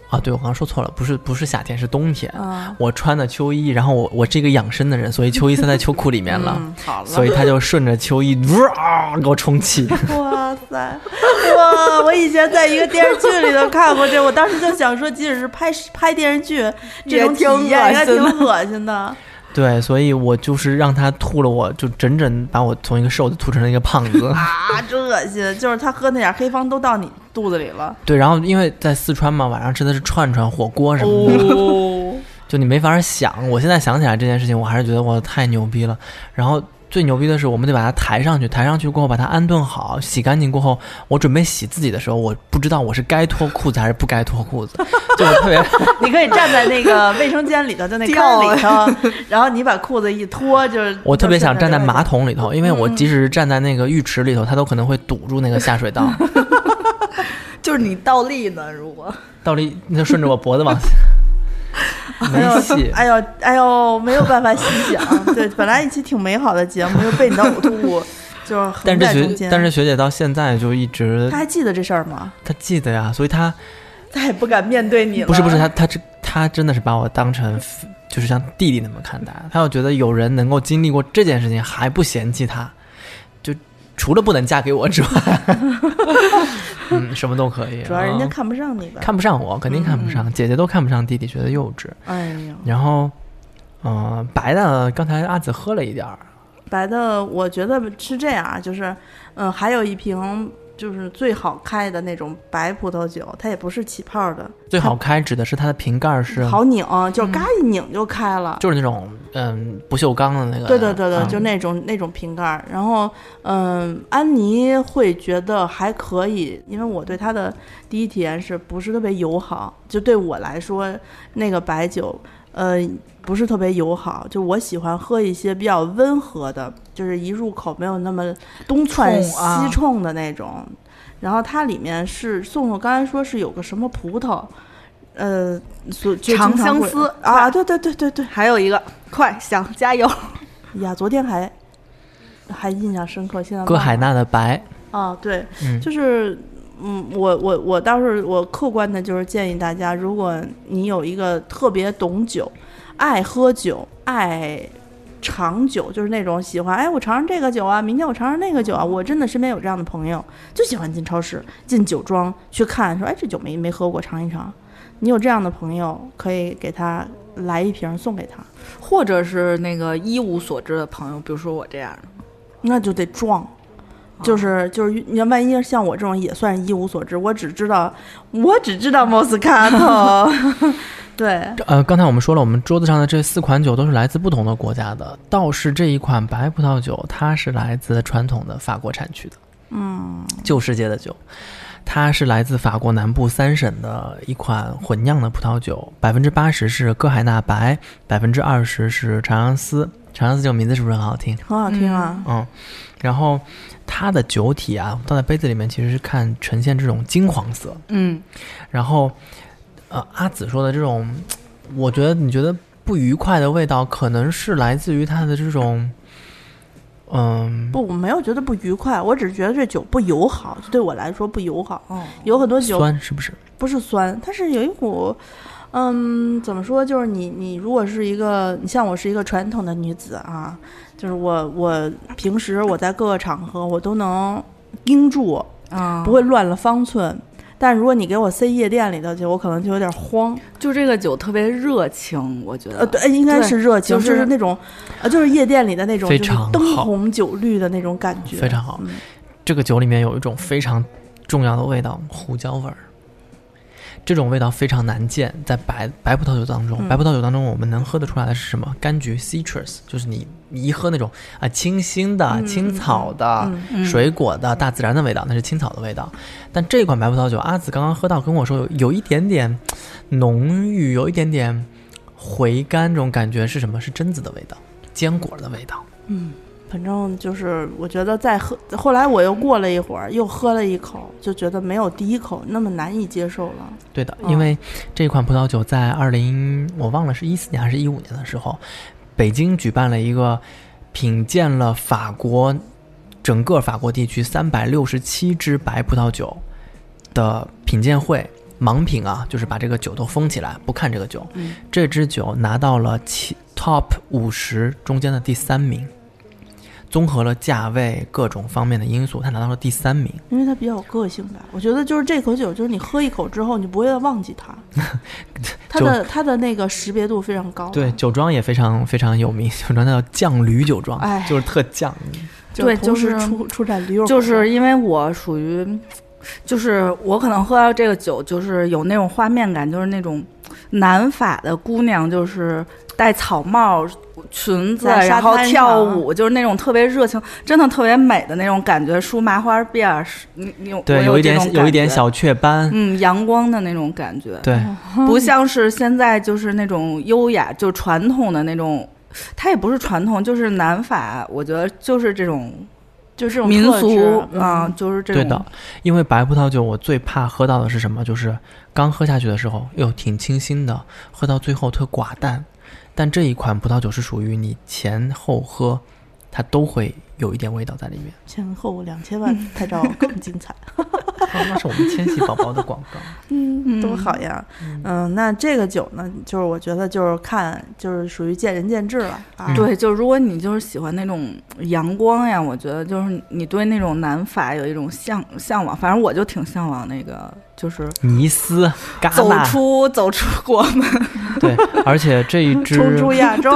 啊！对我刚刚说错了，不是不是夏天，是冬天。
啊，
我穿的秋衣，然后我我这个养生的人，所以秋衣塞在秋裤里面了，
嗯，好了。
所以他就顺着秋衣哇给我充气。
哇塞，哇！我以前在一个电视剧里头看过这，我当时就想说，即使是拍拍电视剧，这种体验应该挺恶心的。啊
对，所以我就是让他吐了我，就整整把我从一个瘦子吐成了一个胖子。
啊，真恶心！就是他喝那点黑方都到你肚子里了。
对，然后因为在四川嘛，晚上吃的是串串、火锅什么的，
哦
就你没法想。我现在想起来这件事情，我还是觉得我太牛逼了。然后最牛逼的是，我们得把它抬上去，抬上去过后把它安顿好，洗干净过后，我准备洗自己的时候，我不知道我是该脱裤子还是不该脱裤子，就我特别
你可以站在那个卫生间里头，就那坑 里头，然后你把裤子一脱，就是
我特别想站在马
桶。
桶里头，因为我
嗯
即使是站在那个浴池里头，它都可能会堵住那个下水道。
就是你倒立呢，如果
倒立，那就顺着我脖子往 下，没戏。
哎呦，哎呦，没有办法细想。 对，本来一期挺美好的节目，又被你的呕吐物就是
但是
横在中
这学
间。
但是学姐到现在就一直
他还记得这事儿吗？
她记得呀，所以她
他也不敢面对你了。
不是不是，他他这他真的是把我当成就是像弟弟那么看待，他又觉得有人能够经历过这件事情还不嫌弃他，就除了不能嫁给我 之外，嗯，什么都可以。
主要人家
嗯
看不嗯上你吧？
看不上我，肯定看不上，姐姐都看不上弟弟，觉得幼稚。
哎呀，
然后，嗯、白的刚才阿紫喝了一点儿，
白的，我觉得是这样啊，就是，嗯，还有一瓶就是最好开的那种白葡萄酒，它也不是起泡的，
最好开指的是它的瓶盖是啊嗯
好拧，就是嘎一拧就开了。
就是那种嗯不锈钢的那个，
对对对对，
嗯
就那种那种瓶盖儿。然后，嗯，安妮会觉得还可以，因为我对她的第一体验是不是特别友好？就对我来说，那个白酒，呃，不是特别友好。就我喜欢喝一些比较温和的，就是一入口没有那么东窜
冲啊
西冲的那种。然后它里面是宋宋刚才说是有个什么葡萄，呃，所就经
长
常
相
会
思
啊，对对对对对，
还有一个快想加油，
呀，昨天还还印象深刻，现在
哥
忘了
海纳的白，
啊，对，
嗯
就是嗯，我我我倒是我客观的，就是建议大家，如果你有一个特别懂酒、爱喝酒、爱尝酒，就是那种喜欢，哎，我尝尝这个酒啊，明天我尝尝那个酒啊，我真的身边有这样的朋友，就喜欢进超市、进酒庄去看，说，哎，这酒没没喝过，尝一尝。你有这样的朋友，可以给他来一瓶送给他，
或者是那个一无所知的朋友，比如说我这样的，
那就得撞。
啊
就是就是，你万一像我这 种也算是一无所知，我只知道我只知道莫斯卡头，
对，
呃，刚才我们说了，我们桌子上的这四款酒都是来自不同的国家的，倒是这一款白葡萄酒，它是来自传统的法国产区的，
嗯，
旧世界的酒，它是来自法国南部三省的一款混酿的葡萄酒，百分之八十是哥海纳白，百分之二十是长相思。长相思这个名字是不是很好听？
很好听啊。
嗯，然后它的酒体啊，倒在杯子里面其实是看呈现这种金黄色，
嗯，
然后，呃，阿紫说的这种，我觉得你觉得不愉快的味道，可能是来自于它的这种，嗯，
不，我没有觉得不愉快，我只是觉得这酒不友好，就对我来说不友好。
哦，
有很多酒
酸是不是？
不是酸，它是有一股，嗯，怎么说？就是你你如果是一个，你像我是一个传统的女子啊，就是我我平时我在各个场合我都能盯住，
啊，
不会乱了方寸。但如果你给我塞夜店里头去，我可能就有点慌。
就这个酒特别热情，我觉得。
呃，对，应该
对
是热情，
就
就是是那种，呃，就是夜店里的那种，
非
就是
常
灯
好
红酒绿的那种感觉，
非常好
嗯。
这个酒里面有一种非常重要的味道，胡椒味儿。这种味道非常难见，在白白葡萄酒当中，
嗯
白葡萄酒当中我们能喝得出来的是什么？柑橘 citrus，就是你你一喝那种啊清新的、
嗯
青草的、
嗯
嗯
水果的大自然的味道，那是青草的味道。但这款白葡萄酒，阿紫刚刚喝到跟我说有有一点点浓郁，有一点点回甘，这种感觉是什么？是榛子的味道，坚果的味道。
反正就是，我觉得再喝，后来我又过了一会儿，又喝了一口，就觉得没有第一口那么难以接受了。
对的，
哦
因为这款葡萄酒在二零我忘了是一四年还是一五年的时候，北京举办了一个品鉴了法国整个法国地区三百六十七支白葡萄酒的品鉴会。盲品啊，就是把这个酒都封起来，不看这个酒。
嗯
这支酒拿到了七 top 五十中间的第三名，综合了价位各种方面的因素，它拿到了第三名。
因为它比较有个性吧，我觉得就是这口酒，就是你喝一口之后，你不会忘 记它，它的它的那个识别度非常
哦
高。
对，，酒庄也非常非常有名，酒庄叫酱驴酒庄，
哎
就是特酱。
对
同时
就是
出出产驴肉口味，
就是因为我属于，就是我可能喝到这个酒，就是有那种画面感，就是那种南法的姑娘，就是戴草帽、裙子，
在沙
然后
滩
跳
上
舞，就是那种特别热情，真的特别美的那种感觉，梳麻花辫儿，是你你有我
对，有一
这
点
种
有一
感
点
觉，
小雀斑，
嗯，阳光的那种感觉，
对，
不像是现在就是那种优雅，就传统的那种。它也不是传统，就是南法，我觉得就是这种
就是这种
民
特质
俗
嗯
啊，就是这
对
种
的。因为白葡萄酒，我最怕喝到的是什么？就是刚喝下去的时候，哟，挺清新的，喝到最后特寡淡。但这一款葡萄酒是属于你前后喝，它都会有一点味道在里 面。
前后两千万拍照更精 彩。
哦那是我们千禧宝宝的广 告。
嗯，多好呀！嗯、那这个酒呢，就是我觉得就是看就是属于见仁见智了
嗯
啊。
对，就如果你就是喜欢那种阳光呀，我觉得就是你对那种南法有一种向向往，反正我就挺向往那个，就是
尼斯、戛
走
纳，
出走出国门。
对，而且这 一支
冲出亚洲，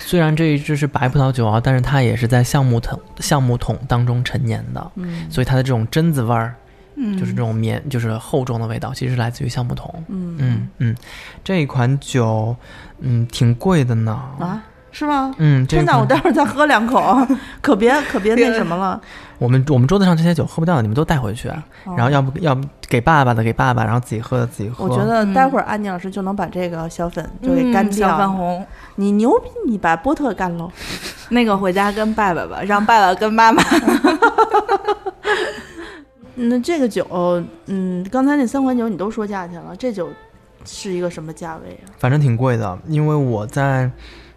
虽然这一支是白葡萄酒啊，但是它也是在橡木桶橡木桶当中陈年的，
嗯
所以它的这种榛子味儿，
嗯，
就是这种绵，就是厚重的味道，其实是来自于橡木桶。
嗯
嗯嗯，这一款酒，嗯，挺贵的呢。
啊，是吗？
嗯，这一
真的，我
款
待会儿再喝两口， 可别可别那什么了。嗯
我们我们桌子上这些酒喝不掉，你们都带回去，
哦
然后要不要不给爸爸的给爸爸，然后自己喝的自己喝。
我觉得
嗯
待会儿安妮老师就能把这个嗯小粉就给
对，
干
干小
掉。
泛嗯红，
你牛逼，你把波特干喽。
那个回家跟爸爸吧，让爸爸跟妈妈。
那这个酒，嗯，刚才那三款酒你都说价钱了，这酒是一个什么价位啊？
反正挺贵的，因为我在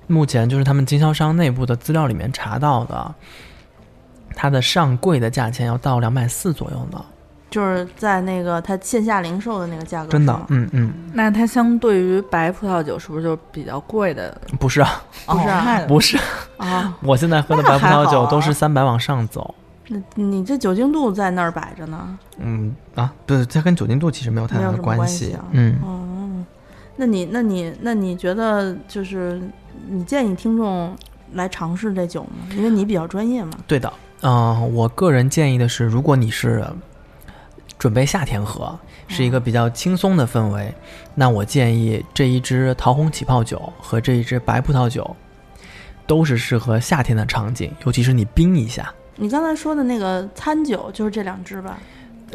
目前就是他们经销商内部的资料里面查到的，它的上柜的价钱要到两百四左右呢，
就是在那个它线下零售的那个价格，
真
是
的
吗，
嗯嗯，
那它相对于白葡萄酒是不是就比较贵的？
不是 啊，
不是啊
哦
不是，
啊？
我现在喝的
那
白葡
还
萄
好
酒
啊
都是三百往上走，
那你这酒精度在那儿摆着呢，
嗯啊，对，它跟酒精度其实没有太
没
大
有
的
什么关
系，
系啊
嗯，
哦，那你那你那你觉得就是你建议听众来尝试这酒吗？因为你比较专业嘛。
呃对的，嗯、我个人建议的是，如果你是呃准备夏天喝，是一个比较轻松的氛围。那我建议这一支桃红起泡酒和这一支白葡萄酒，都是适合夏天的场景，尤其是你冰一下。
你刚才说的那个餐酒就是这两支吧？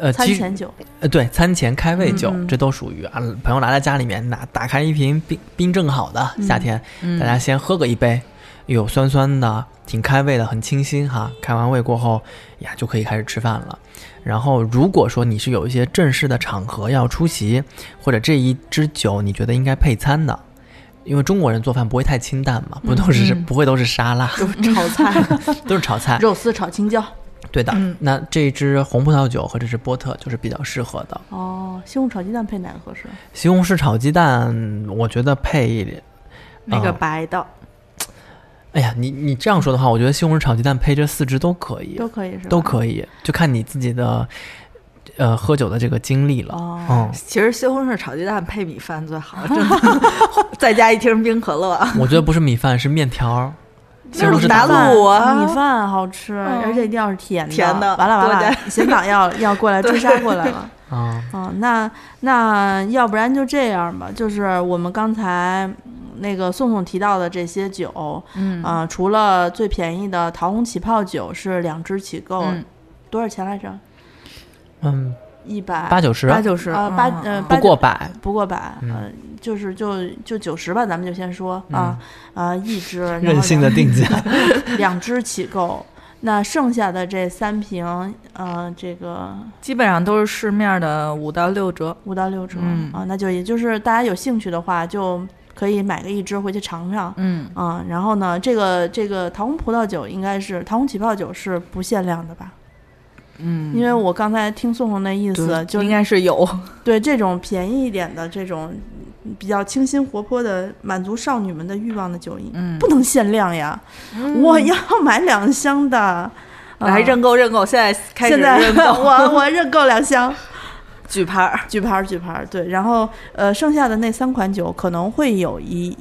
呃，
餐
其实
前酒，
呃，对，餐前开胃酒，
嗯嗯
这都属于啊，朋友来到家里面拿打开一瓶冰冰镇好的，
嗯
夏天、
嗯
嗯
大家先喝个一杯，有酸酸的，挺开胃的，很清新哈。开完胃过后呀，就可以开始吃饭了。然后，如果说你是有一些正式的场合要出席，或者这一支酒你觉得应该配餐的，因为中国人做饭不会太清淡嘛，不都是、
嗯
不会都是沙拉，
就是炒菜，
都是炒菜。
肉丝炒青椒。
对的，
嗯
那这支红葡萄酒和这支波特就是比较适合的。
哦，西红柿炒鸡蛋配哪个合适？
西红柿炒鸡蛋，我觉得配，
那个
嗯
白的，
哎呀，你你这样说的话，我觉得西红柿炒鸡蛋配这四只都可以，
都可以是吧？
都可以，就看你自己的，呃，喝酒的这个经历了。
哦
其实西红柿炒鸡蛋配米饭最好， 真的。 再加一听冰可乐，
嗯，我觉得不是米饭，是面条 儿。西红
就
柿
是
炒
打
鸡蛋
卤啊，
米饭好吃，
嗯
而且一定要是甜的。
甜的
完了完
多
了，
加
贤党要要过来追杀过来了。
啊，
哦，那那要不然就这样吧，就是我们刚才嗯那个宋宋提到的这些酒，
嗯
啊、除了最便宜的桃红起泡酒是两支起购，
嗯
多少钱来着？
嗯，
一百
八九十
八九十嗯
呃八呃
不
八
过
九
百，
不过百，
嗯
呃，就是就就九十吧，咱们就先说啊啊、一支然后
任性的定 价。
两两支起购。那剩下的这三瓶，呃，这个
基本上都是市面的五到六折。
五到六折、
嗯
啊，那就也就是大家有兴趣的话，就可以买个一支回去尝尝。
嗯，
啊、然后呢，这个这个桃红葡萄酒应该是桃红起泡酒是不限量的吧？
嗯
因为我刚才听宋宋那意思，就
应该是 有，
对这种便宜一点的这种嗯比较清新活泼的，满足少女们的欲望的酒饮，
嗯
不能限量呀！我要买两箱的，
来
认
认购认购，现在开始
现在
认 购，
我我认购两箱，
举牌儿。
举牌儿举牌儿，对，然后呃，剩下的那三款酒可能会有一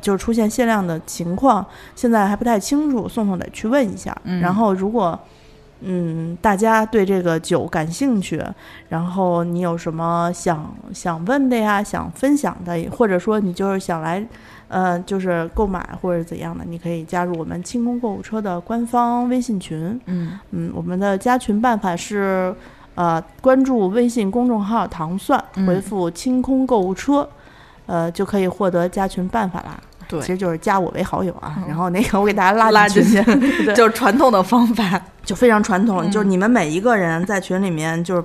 就是出现限量的情况，现在还不太清楚，宋宋得去问一下。
嗯
然后如果嗯大家对这个酒感兴趣，然后你有什么想想问的呀，想分享的，或者说你就是想来呃就是购买或者怎样的，你可以加入我们清空购物车的官方微信群。
嗯，
嗯，我们的加群办法是，呃，关注微信公众号“糖蒜”，回
嗯
复“清空购物车”，呃，就可以获得加群办法啦。
对
其实就是加我为好友啊，
嗯
然后那个我给大家拉
拉
进
进嗯
去，对对，
就是传统的方法。
就非常传统，就是你们每一个人在群里面就是。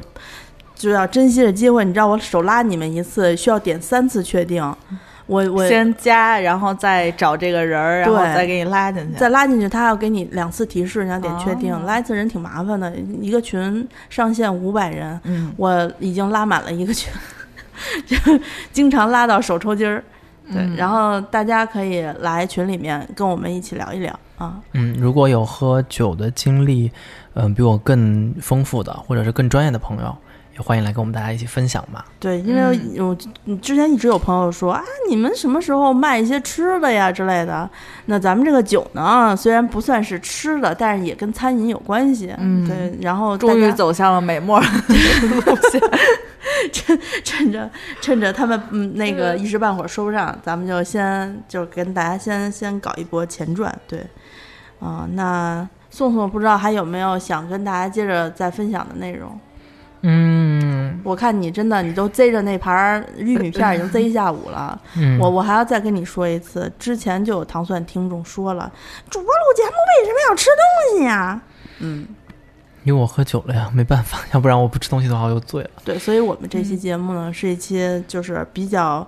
就要珍惜这机会，你知道我手拉你们一次需要点三次确定，我我
先加，然后再找这个人儿，然后
对
再给你拉进去。
再拉进去，他要给你两次提示，你要点确定。
哦
拉一次人挺麻烦的，一个群上限五百人，
嗯，
我已经拉满了一个群， 就经常拉到手抽筋儿。对，
嗯
然后大家可以来群里面跟我们一起聊一聊啊。
嗯，如果有喝酒的经历，嗯、比我更丰富的，或者是更专业的朋友，也欢迎来跟我们大家一起分享嘛。
对，因为
嗯
我之前一直有朋友说啊，你们什么时候卖一些吃的呀之类的？那咱们这个酒呢，虽然不算是吃的，但是也跟餐饮有关系。
嗯
对，然后大
终于
家
走向了美墨的路线。
趁着趁着他们嗯那个一时半会儿说不上，咱们就先就跟大家先先搞一波前传，对，啊、那宋宋不知道还有没有想跟大家接着再分享的内容？
嗯
我看你真的你都贼着那盘儿玉米片儿已经贼一下午了，
嗯，
我我还要再跟你说一次，之前就有糖蒜听众说了，主播录节目为什么要吃东西呀？嗯，
因为我喝酒了呀，没办法，要不然我不吃东西的话我就醉了。
对，所以我们这
嗯
期节目呢、是一期就是比较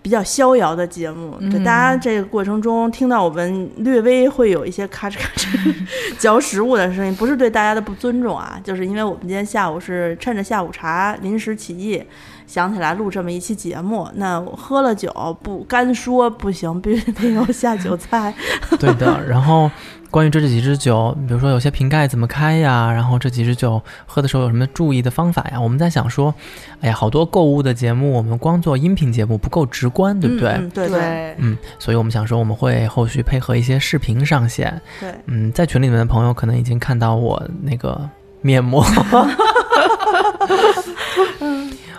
比较逍遥的节目。对，
嗯
大家这个过程中听到我们略微会有一些咔哧咔 哧嚼食物的声音，不是对大家的不尊重啊，就是因为我们今天下午是趁着下午茶临时起意。想起来录这么一期节目，那我喝了酒不干说不行，必须得有下酒菜。
对的，然后关于这几支酒，比如说有些瓶盖怎么开呀，然后这几支酒喝的时候有什么注意的方法呀？我们在想说，哎呀，好多购物的节目，我们光做音频节目不够直观，对不对？
嗯嗯对对
对，
嗯，所以我们想说，我们会后续配合一些视频上线。
对，
嗯，在群里 面的朋友可能已经看到我那个面膜，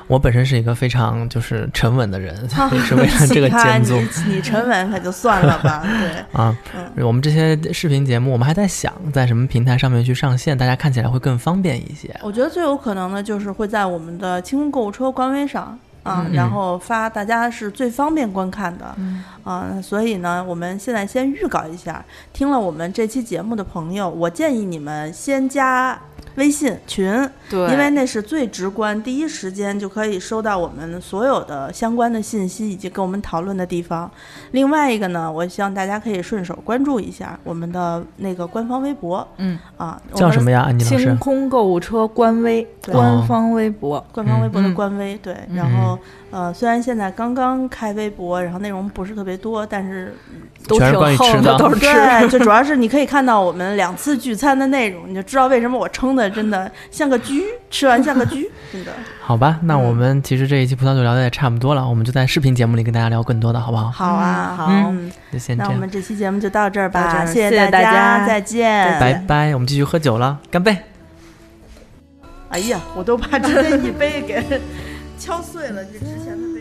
我本身是一个非常就是沉稳的 人，
啊
也是为了这个
看
建
你
筑
你沉稳可就算了 吧，对，
啊。
嗯
我们这些视频节目，我们还在想在什么平台上面去上线，大家看起来会更方便一些。
我觉得最有可能的就是会在我们的清空购物车官微上啊，
嗯
然后发大家是最方便观看的、
嗯
啊。那所以呢，我们现在先预告一下，听了我们这期节目的朋友，我建议你们先加微信群，
对，
因为那是最直观，第一时间就可以收到我们所有的相关的信息以及跟我们讨论的地方。另外一个呢，我希望大家可以顺手关注一下我们的那个官方微博，
嗯
啊，我
叫
们
什么呀，安妮老
清
师？
空购物车官微、
对
官方微博，
官方微博
嗯
的
嗯
官微，对，然后呃，虽然现在刚刚开微博，然后内容不是特别多，但是
都
全是
挺
关于
厚
吃的
的，都是吃的。
对，就主要是你可以看到我们两次聚餐的内容，你就知道为什么我撑的真的像个狙，吃完像个狙，真 的。
好吧，
嗯
那我们其实这一期葡萄酒聊的也差不多了，我们就在视频节目里跟大家聊更多的，好不好？
好啊，
嗯
好，
嗯就先这
那我
样，
们这期节目就到这儿
到这
吧，
儿
谢
谢谢
大
大家
再见。
拜拜，我们继续喝酒了，干杯！
哎呀，我都怕直接一杯给敲碎了，这之前的。